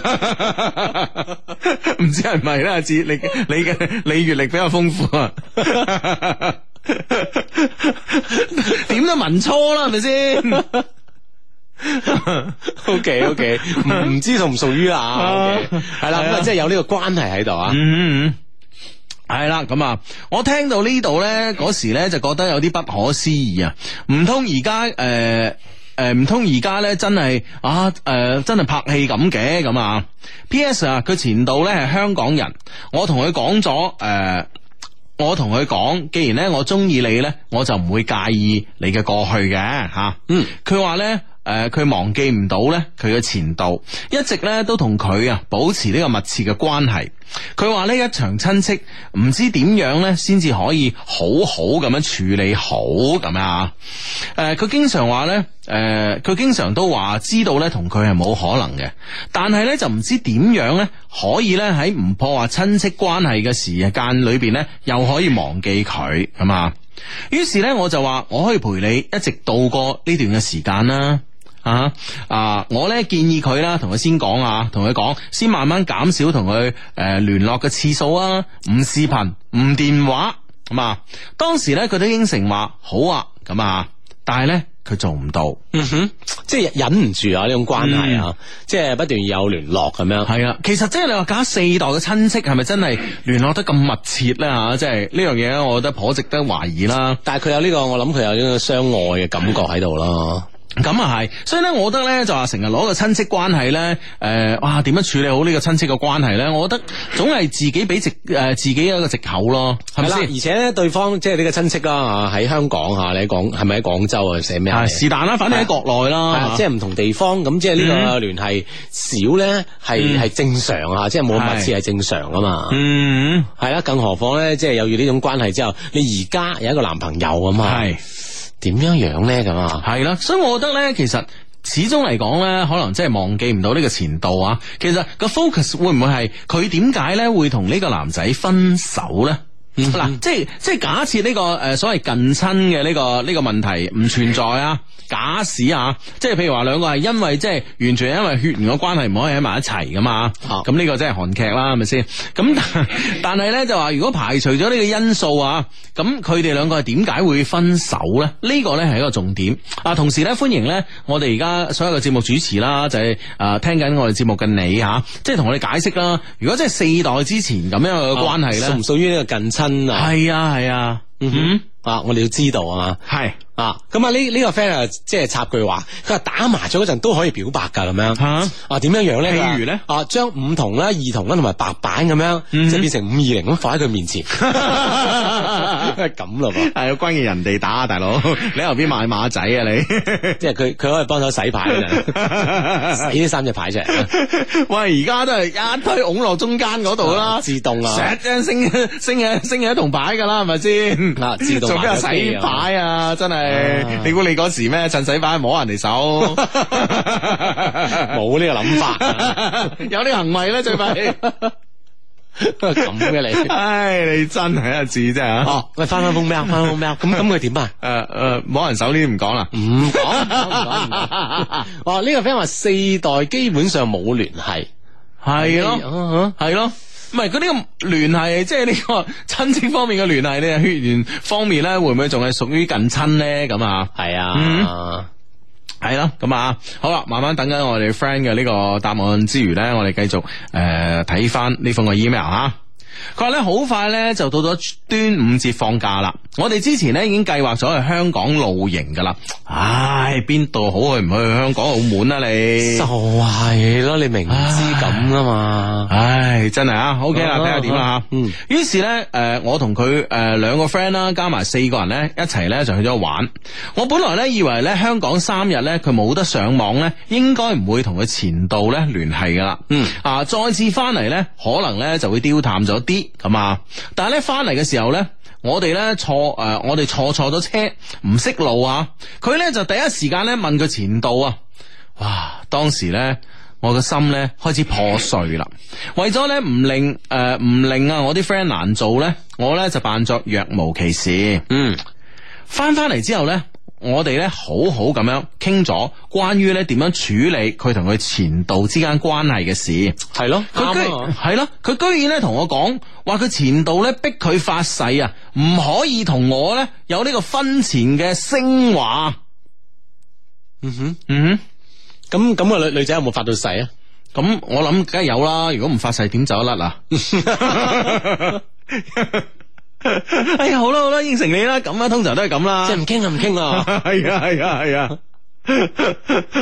S1: 唔知係咪啦，阿志，你你嘅你閱歷比較豐富 啊。點都文初啦，係咪先？
S3: O K O K，唔知屬唔屬於啊？ 係啦，咁
S1: 係啊
S3: 啊，即係有呢個關係喺度啊。
S1: 嗯嗯。系啦，咁啊，我聽到呢度呢，嗰時呢就覺得有啲不可思議啊！唔通而家誒誒，唔通而家呢真係啊誒、呃真係拍戲咁嘅咁啊！P.S. 啊，佢前度呢係香港人，我同佢講咗誒。呃我同佢講，既然咧我中意你咧，我就唔會介意你嘅過去嘅吓。嗯，佢話咧。誒佢、忘記唔到咧，佢嘅前度一直咧都同佢啊保持呢個密切嘅關係。佢話呢一場親戚唔知點樣咧，先至可以好好咁樣處理好咁樣啊。誒、佢經常話咧，誒、佢經常都話知道咧同佢係冇可能嘅，但係咧就唔知點樣咧可以咧喺唔破壞親戚關係嘅時間裏邊咧，又可以忘記佢咁啊。於是咧我就話我可以陪你一直度過呢段嘅時間啦。啊啊！我咧建議佢啦，同佢先講啊，同佢講，先慢慢減少同佢誒聯絡嘅次數啊，唔視頻，唔電話咁啊。當時咧佢都應承話好啊咁啊，但係咧佢做唔到。
S3: 嗯哼，即係忍唔住啊呢種關係啊，即係不斷有聯絡咁樣。
S1: 嗯係啊，其實即係你話假四代嘅親戚係咪真係聯絡得咁密切咧吓？即係呢樣嘢咧，我覺得頗值得懷疑啦。
S3: 但係佢有呢個，我諗佢有呢個相愛嘅感覺喺度咯。
S1: 咁啊係，所以咧，我覺得咧就話成日攞個親戚關係咧，誒、哇點樣處理好呢個親戚嘅關係咧？我覺得總係自己俾藉誒自己一個藉口咯，係
S3: 係
S1: 咪
S3: 啦，
S1: 先？
S3: 而且咧，對方即係呢個親戚啦，啊嚇喺香港嚇，你喺廣係咪喺廣州啊？寫咩啊？
S1: 係是但啦，反正喺國內
S3: 係
S1: 啦
S3: 啊，，即係唔同地方咁，即係呢
S1: 嗯
S3: 個聯繫少咧，係係正常啊，即係冇咁密切係正常啊嘛。
S1: 嗯，
S3: 係啦，更何況咧，即係有住呢種關係之後，你而家有一個男朋友啊嘛，
S1: 係
S3: 點樣樣咧咁啊？
S1: 係啦，所以我覺得咧，其實。始終嚟講咧，可能真係忘記唔到呢個前度啊。其實個 focus 會唔會係佢點解咧會同呢個男仔分手咧？嗱、即係即係假設呢、個誒、呃所謂近親嘅呢個呢、個問題唔存在啊。假使啊，即係譬如話兩個係因為即係完全係因為血緣嘅關係唔可以喺埋一齊噶嘛。
S3: 啊
S1: 咁呢個真係韓劇啦，係咪先？咁但但係咧就話，如果排除咗呢個因素啊，咁佢哋兩個係點解會分手咧？呢個咧係一個重點啊！同時咧，歡迎咧我哋而家所有嘅節目主持啦，就係、啊聽緊我哋節目嘅你吓、啊即係同我哋解釋啦。如果即係四代之前咁樣嘅關係咧
S3: 屬唔，屬於呢個近親啊？
S1: 係啊係啊，
S3: 嗯哼，啊，我哋要知道啊嘛。
S1: 系
S3: 啊，咁啊呢呢個 friend 啊，即係插句話，佢話打麻雀嗰陣都可以表白㗎咁樣。
S1: 吓
S3: 啊，點樣樣咧？
S1: 譬如呢
S3: 啊，將五同啦、二同啦同埋白板咁樣，
S1: 嗯
S3: 即係變成五二零咁放喺佢 面前，咁咯噃。
S1: 系啊，關鍵人哋打啊，大佬，你喺後邊賣馬仔啊你。
S3: 即係佢佢可以幫手洗牌嘅，洗呢三隻牌出嚟，
S1: 喂，而家都係一推拱落中間嗰度啦，
S3: 自動啊
S1: 成。一張升 升嘅升嘅一同牌噶啦，係咪先？
S3: 啊自動
S1: 做咩
S3: 買咗
S1: 洗
S3: 機啊
S1: 牌啊？真
S3: 啊
S1: 係，你估你嗰時咩趁洗牌摸人哋 手？
S3: 冇呢個諗法啊，
S1: 有啲行為咧，最 弊。
S3: 咁嘅你。
S1: 唉，你真係一字真係啊！
S3: 哦，喂，翻翻封 mail，翻封 mail，咁咁佢點啊？
S1: 诶诶，摸人手呢啲唔講啦。
S3: 唔講唔講，唔講 唔講哦，呢個 friend 話四代基本上冇聯繫，
S1: 係
S3: 啊
S1: 咯，
S3: 哈
S1: 係咯。唔係佢呢個聯繫，即係呢個親戚方面嘅聯繫，你係血緣方面咧，會唔會仲係屬於近親咧？咁啊？
S3: 係啊，
S1: 系啦，咁啊，好啦，慢慢等緊我哋 friend 嘅呢個答案之餘呢，我哋繼續诶睇翻呢封嘅 email 啊。佢話呢，好快呢就到咗端午節放假啦。我哋之前呢已經計劃咗去香港露營噶啦。唉，邊度好去唔去香港澳門啊你
S3: 就？係咯，你明知咁啊嘛，
S1: 唉，真係啊，OK 啦，睇下點啦吓。
S3: 嗯
S1: 於是咧，诶，我同佢诶兩個 friend 啦，加埋四個人咧，一齊咧就去咗玩。我本來咧以為咧香港三日咧佢冇得上網咧，應該唔會同佢前度咧聯繫噶啦。
S3: 嗯
S1: 啊，再次翻嚟咧，可能咧就會丟淡咗啲咁啊。但係咧翻嚟嘅時候咧。我哋咧坐誒、呃我哋坐錯咗車，唔識路啊！佢咧就第一時間咧問佢前度啊，哇！當時咧，我個心咧開始破碎啦。為咗咧唔令誒唔、令啊我啲 friend 難做咧，我咧就扮作若無其事。
S3: 嗯，
S1: 翻翻嚟之後咧，我哋咧好好咁樣傾咗關於咧點樣處理佢同佢前度之間關係嘅事。
S3: 係咯，
S1: 佢居
S3: 啱啊，
S1: 係咯，佢居然咧同我講話，佢前度咧逼佢發誓啊，唔可以同我咧有呢個婚前嘅升華。
S3: 嗯哼，
S1: 嗯哼。
S3: 咁咁個女女仔有冇發到誓啊？
S1: 咁我諗梗係有啦，如果唔發誓點走得甩啊？ 哎呀，好啦好啦，應承你啦，咁啊，通常都係咁啦
S3: 即係唔傾啦，唔傾啦。
S1: 係啊係啊係啊。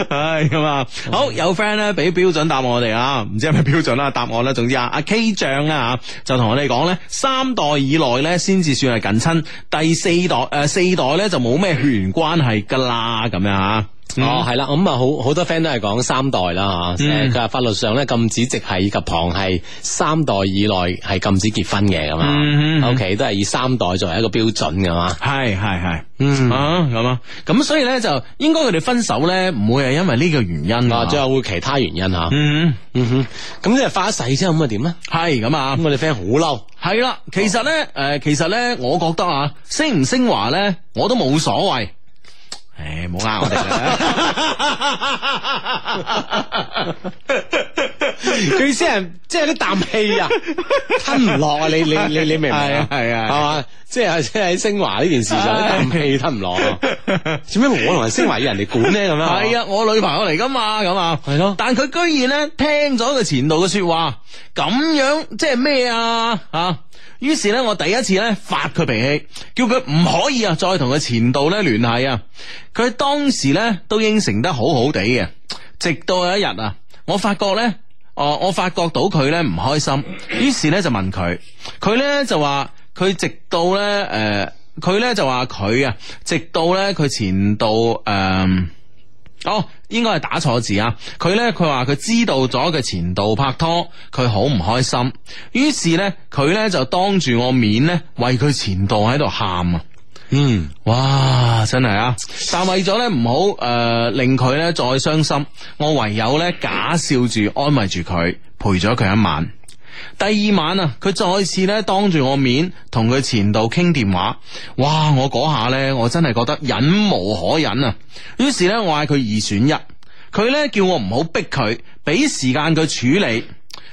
S1: 唉咁啊，
S3: 嗯
S1: 好有 friend 咧俾標準答案我哋啊，唔知係咪標準啦，答案啦，總之啊，阿 K 醬啊就同我哋講咧，三代以內咧先至算係近親，第四代誒、呃四代咧就冇咩血緣關係㗎啦，咁樣啊。
S3: 哦，係啦，咁啊，好好多 friend 都係講三代啦吓，誒
S1: 嗯
S3: 佢話法律上咧禁止直系及旁系三代以內係禁止結婚嘅咁
S1: 嗯嗯
S3: 啊
S1: 嗯
S3: ，OK 都係以三代作為一個標準啊噶嘛，
S1: 係係係，
S3: 嗯
S1: 啊咁啊，咁所以咧就應該佢哋分手咧唔會係因為呢個原因
S3: 啊，
S1: 啊
S3: 最，後會其他原因吓，
S1: 嗯，
S3: 嗯哼，咁即係發咗誓之後咁啊點咧？
S1: 係咁啊
S3: 咁，我哋 friend 好嬲，
S1: 係啦，其實咧誒，其實咧，我覺得啊，升唔升華咧，我都冇所謂。唉，冇呃我哋啦。
S3: 佢意思係即係啲啖氣啊，吞唔落啊！你你你你明唔明啊？
S1: 係啊係啊
S3: 係嘛？即係即係喺升華呢件事上，啲啖氣吞唔落啊。 做咩我同人升華要人哋管咧咁樣？
S1: 係，啊，我女朋友嚟噶嘛，咁啊，
S3: 係咯
S1: 但佢居然咧聽咗佢前度嘅说話，咁樣即係咩啊？啊！於是咧，我第一次咧發佢脾氣，叫佢唔可以啊，再同佢前度咧聯繫啊。佢當時咧都應承得好好地嘅，直到有一日啊，我發覺咧，哦、我發覺到佢咧唔開心，於是咧就問佢，佢咧就話佢直到咧，诶、佢咧就話佢啊，直到咧佢前度诶。誒哦，應該係打錯字啊！佢呢，佢話佢知道咗佢前度拍拖，佢好唔開心。於是呢，佢呢就當住我面呢，為佢前度喺度喊啊！
S3: 嗯。
S1: 哇，真係啊！但為咗呢唔好诶令佢呢再傷心，我唯有呢假笑住安慰住佢，陪咗佢一晚。第二晚啊，佢再次咧當住我面同佢前度傾電話，哇！我嗰下咧，我真係覺得忍無可忍啊。於是咧，我嗌佢二選一，佢咧叫我唔好逼佢，俾時間佢處理。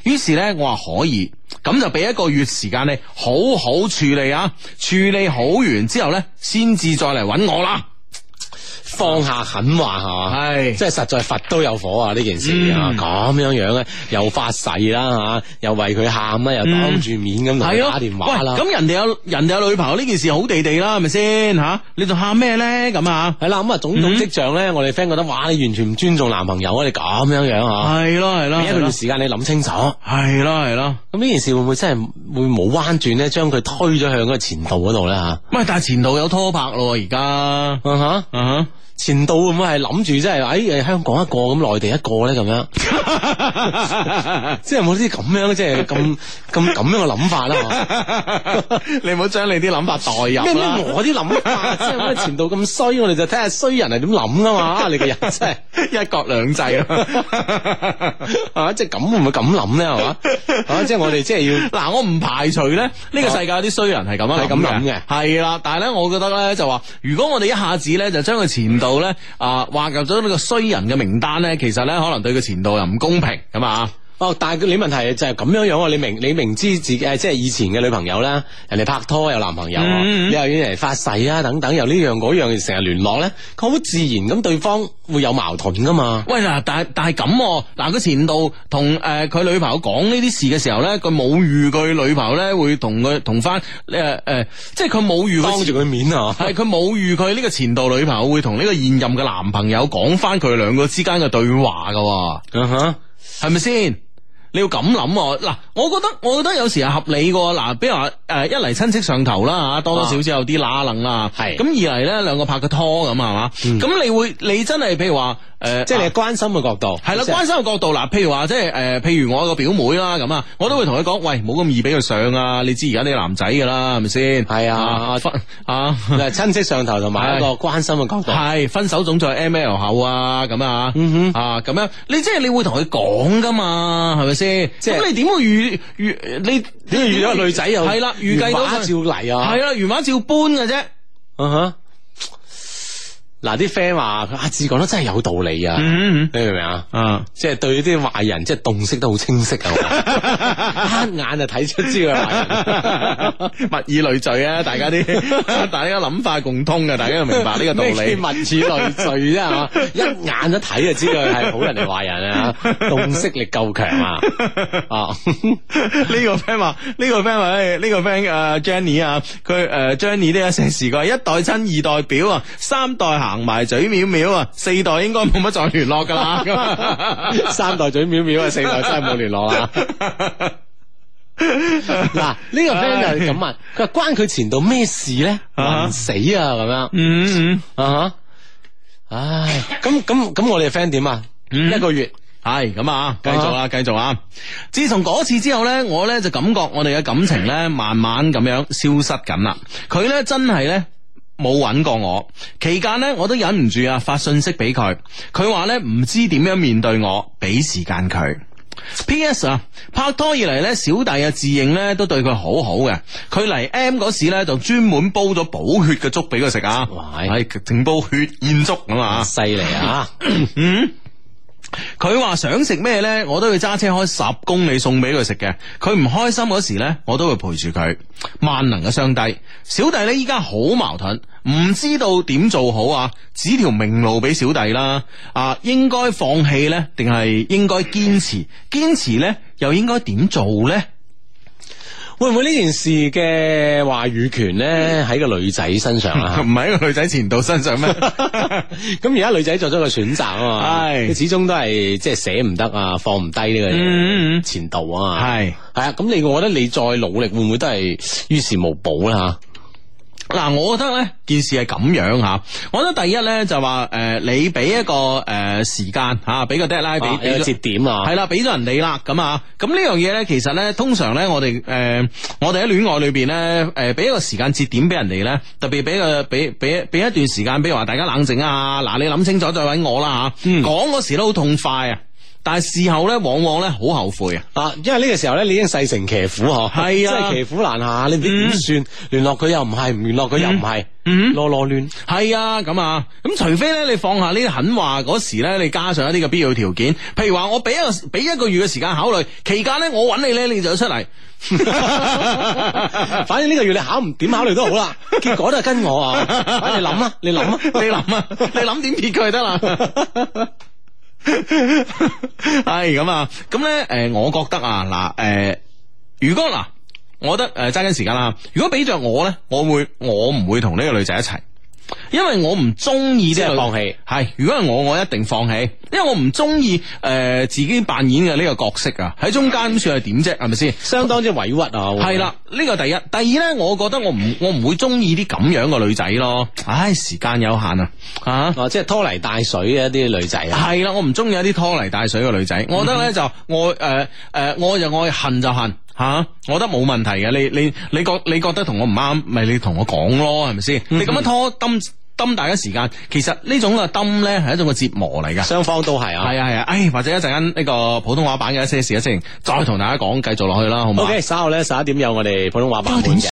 S1: 於是咧，我話可以，咁就俾一個月時間你好好處理啊，處理好完之後咧，先至再嚟揾我啦。
S3: 放下狠話係嘛，
S1: 係
S3: 啊
S1: 嗯
S3: 即係實在佛都有火啊！呢件事啊，咁樣樣咧，又發誓啦吓，又為佢喊啦，又當住面咁同
S1: 嗯係
S3: 佢
S1: 咯，
S3: 打電話啦
S1: 喂。咁人哋有人哋有女朋友呢件事好地地啦，係咪先吓？你仲喊咩咧？咁啊，
S3: 係啦，咁啊種種跡象咧，我哋 friend 覺得哇，你完全唔尊重男朋友啊！你咁樣樣啊，
S1: 係咯係咯，
S3: 俾一
S1: 係
S3: 個
S1: 咯
S3: 月時間你諗清楚。咁
S1: 係咯係咯。
S3: 呢件事會唔會真係會冇彎轉咧？將佢推咗向嗰個前度嗰度咧吓？
S1: 喂，但係前度有拖拍咯，而家。
S3: 嗯哼。
S1: 啊
S3: 前度會唔會係諗住即係，哎，誒香港一個咁，內地一個咧咁樣，即係冇啲咁樣，即係咁咁咁樣嘅諗 法啦。
S1: 哈你唔好將你啲諗法代
S3: 咩
S1: 入啊
S3: 咩
S1: 啦，
S3: 我啲諗 法，即係我哋前度咁衰，我哋就睇下衰人係點諗噶嘛。你個人真係
S1: 一國兩制啦。
S3: 啊，即係咁會唔會咁諗咧？係嘛？啊，即係我哋即係 要
S1: 嗱，我唔排除咧，呢、個世界有啲衰人係咁樣
S3: 係咁諗嘅
S1: 係啦。但係咧，我覺得咧就話，如果我哋一下子咧就將佢前度咧啊劃入咗呢個衰人嘅名單咧，其實咧可能對佢前度又唔公平咁啊。
S3: 哦，但係你問題就係咁樣樣喎。你明你明知自己誒即係以前嘅女朋友啦，人哋拍拖有男朋友啊，
S1: 嗯嗯
S3: 你又要人哋發誓啊等等，又呢樣嗰樣成日聯絡咧，佢好自然咁對方會有矛盾噶嘛。
S1: 喂嗱，但係但係咁喎嗱，佢前度同誒佢女朋友講呢啲事嘅時候咧，佢冇預佢女朋友咧會同佢同翻誒誒，即係佢冇預
S3: 當
S1: 佢
S3: 住佢面啊！
S1: 係佢冇預佢呢個前度女朋友會同呢個現任嘅男朋友講翻佢兩個之間嘅對話噶喎。
S3: 嗯哼，
S1: 啊係咪先？你要咁諗喎嗱，我覺得我覺得有時係合理嘅喎嗱，比如話誒、一嚟親戚上頭啦嚇，多多少少有啲乸楞啦，
S3: 係嗯
S1: 咁二嚟咧兩個拍個拖咁係嘛，咁、你會你真係譬如話誒，
S3: 即係你係關心嘅角度，
S1: 係啦，
S3: 即係
S1: 關心嘅角度嗱，譬如話即係誒，譬如我有個表妹啦咁啊，我都會同佢講，喂，冇咁易俾佢上啊！你知而家啲男仔㗎啦，係咪先？
S3: 係啊
S1: 啊分啊，
S3: 嗱親戚上頭同埋一個關心嘅角度，
S1: 係分手總在 M L 後啊，咁啊，
S3: 嗯
S1: 啊咁樣，你即係你會同佢講噶嘛，係咪先？
S3: 即係
S1: 咁你點會預預你
S3: 點解遇咗個女仔又
S1: 係啦，預計到
S3: 原話照嚟啊
S1: 係啦，原話照搬嘅啫。
S3: 嗯哼。嗱啲 friend 話阿志講得真係有道理啊，
S1: 嗯
S3: 你明唔明啊？
S1: 啊，
S3: 即係對啲壞人，即係洞悉得好清晰 啊！我一眼就睇出知佢係壞人。
S1: 物以類聚啊，大家啲 大家諗法共通嘅，啊大家都明白呢個道
S3: 咩叫
S1: 理。
S3: 物以類聚啫，係嘛？一眼一睇就知佢係好人定壞人啊！洞悉力夠強啊！ 啊，
S1: 呢個 friend 話，呢個 friend 話，誒呢個 friend 誒 Jenny 啊，佢誒 Jenny 呢一些事佢話一代親二代表啊，三代行埋嘴藐藐啊，四代應該冇乜再聯絡噶啦。咁啊
S3: 三代嘴藐藐啊，四代真係冇聯絡啊！嗱，呢個 friend 就咁問，佢話關佢前度咩事咧？
S1: 啊
S3: 問死啊咁樣
S1: 嗯
S3: 啊哈！唉，咁咁咁，我哋 friend 點啊？
S1: 嗯
S3: 一個月
S1: 係咁啊，繼續啊，繼續啊！自從嗰次之後呢，我呢就感覺我哋嘅感情呢，慢慢咁樣消失緊啦。佢呢真係呢冇揾過我，期間呢，我都忍唔住啊發信息俾佢，佢話呢唔知點樣面對我，俾時間佢。P.S. 啊，拍拖以嚟咧，小弟啊自認咧都對佢好好嘅。佢嚟 M 嗰時咧，就專門煲咗補血嘅粥俾佢食啊，
S3: 哇
S1: 係整煲血燕粥咁啊。
S3: 犀利啊！
S1: 佢話想食咩呢？我都會揸車開十公里送俾佢食嘅。佢唔開心嗰時呢，我都會陪住佢。萬能嘅上帝，小弟呢依家好矛盾，唔知道點做好啊！指條明路俾小弟啦，啊，應該放棄呢？定係應該堅持？堅持呢？又應該點做呢？
S3: 會唔會呢件事嘅話語權咧
S1: 嗯
S3: 喺個女仔身上 啊？
S1: 唔係喺個女仔前度身上咩？
S3: 咁而家女仔作咗個選擇啊嘛，
S1: 係
S3: 佢始終都係即係捨唔得啊，放唔低呢
S1: 嗯嗯嗯
S3: 個前度啊，
S1: 係
S3: 係啊，咁你我覺得你再努力會唔會都係於事無補
S1: 啊
S3: 啦
S1: 嗱，我覺得呢件事係咁樣吓，我覺得第一呢，就話誒、呃你俾一個誒、呃、時間吓，俾、個 deadline
S3: 吓？
S1: 俾
S3: 啊有
S1: 俾
S3: 個
S1: 咗
S3: 節點啊
S1: 系，啦，俾咗人哋啦，咁啊，咁呢樣嘢咧，其實咧，通常咧，我哋誒、呃我哋喺戀愛裏邊咧，誒、俾一個時間節點俾人哋咧，特別俾個俾俾俾一
S3: 嗯
S1: 段時間，比如話大家冷靜啊，嗱，你諗清楚再揾我啦嚇，講嗰、時都好痛快啊！但係事後咧，往往咧好後悔啊。
S3: 啊，因為呢個時候咧，你已經勢成騎虎嗬，
S1: 係啊
S3: 真係騎虎難下，你唔知點算，聯絡佢又唔係，唔聯絡佢又唔係，
S1: 嗯
S3: 囉囉 攣。
S1: 係啊，咁啊，咁除非咧，你放下呢啲狠話嗰時咧，你加上一啲嘅必要條件，譬如話我俾一個俾一個月嘅時間考慮，期間咧我揾你咧，你就出嚟。
S3: 反正呢個月你考唔點考慮都好啦，結果都係跟 我啊！你諗啊， 你諗啊，
S1: 你諗啊，你諗點撇佢得啦。 係咁啊，咁咧，誒、我覺得啊，嗱，誒、如果嗱，我覺得誒揸緊時間啦，如果俾着我咧，我會我唔會同呢個女仔一齊。因為我唔中意
S3: 即係
S1: 呢個
S3: 放棄
S1: 係如果係我，我一定放棄，因為我唔中意誒自己扮演嘅呢個角色啊，喺中間咁算係點啫，係咪先？
S3: 相當之委屈啊！我覺得
S1: 係啦，呢個第一，第二咧，我覺得我唔我唔會中意啲咁樣嘅女仔咯。唉，時間有限啊，啊。
S3: 哦，即係拖泥帶水嘅一啲女仔啊，
S1: 係啦，我唔中意一啲拖泥帶水嘅女仔，我覺得咧就愛誒誒愛就愛，恨就恨吓、我覺得冇問題嘅。你你你覺你覺得同我唔啱，咪你同我講咯，係咪先？你咁樣拖抌抌大家時間，其實呢種嘅抌咧係一種嘅折磨嚟㗎。
S3: 雙方都係啊。
S1: 係啊係啊，唉，或者一陣間呢個普通話版嘅一些事一些情，再同大家講，繼續落去啦，好唔好
S3: O
S1: 啊？
S3: K，稍後咧十一點有我哋普通話版本嘅。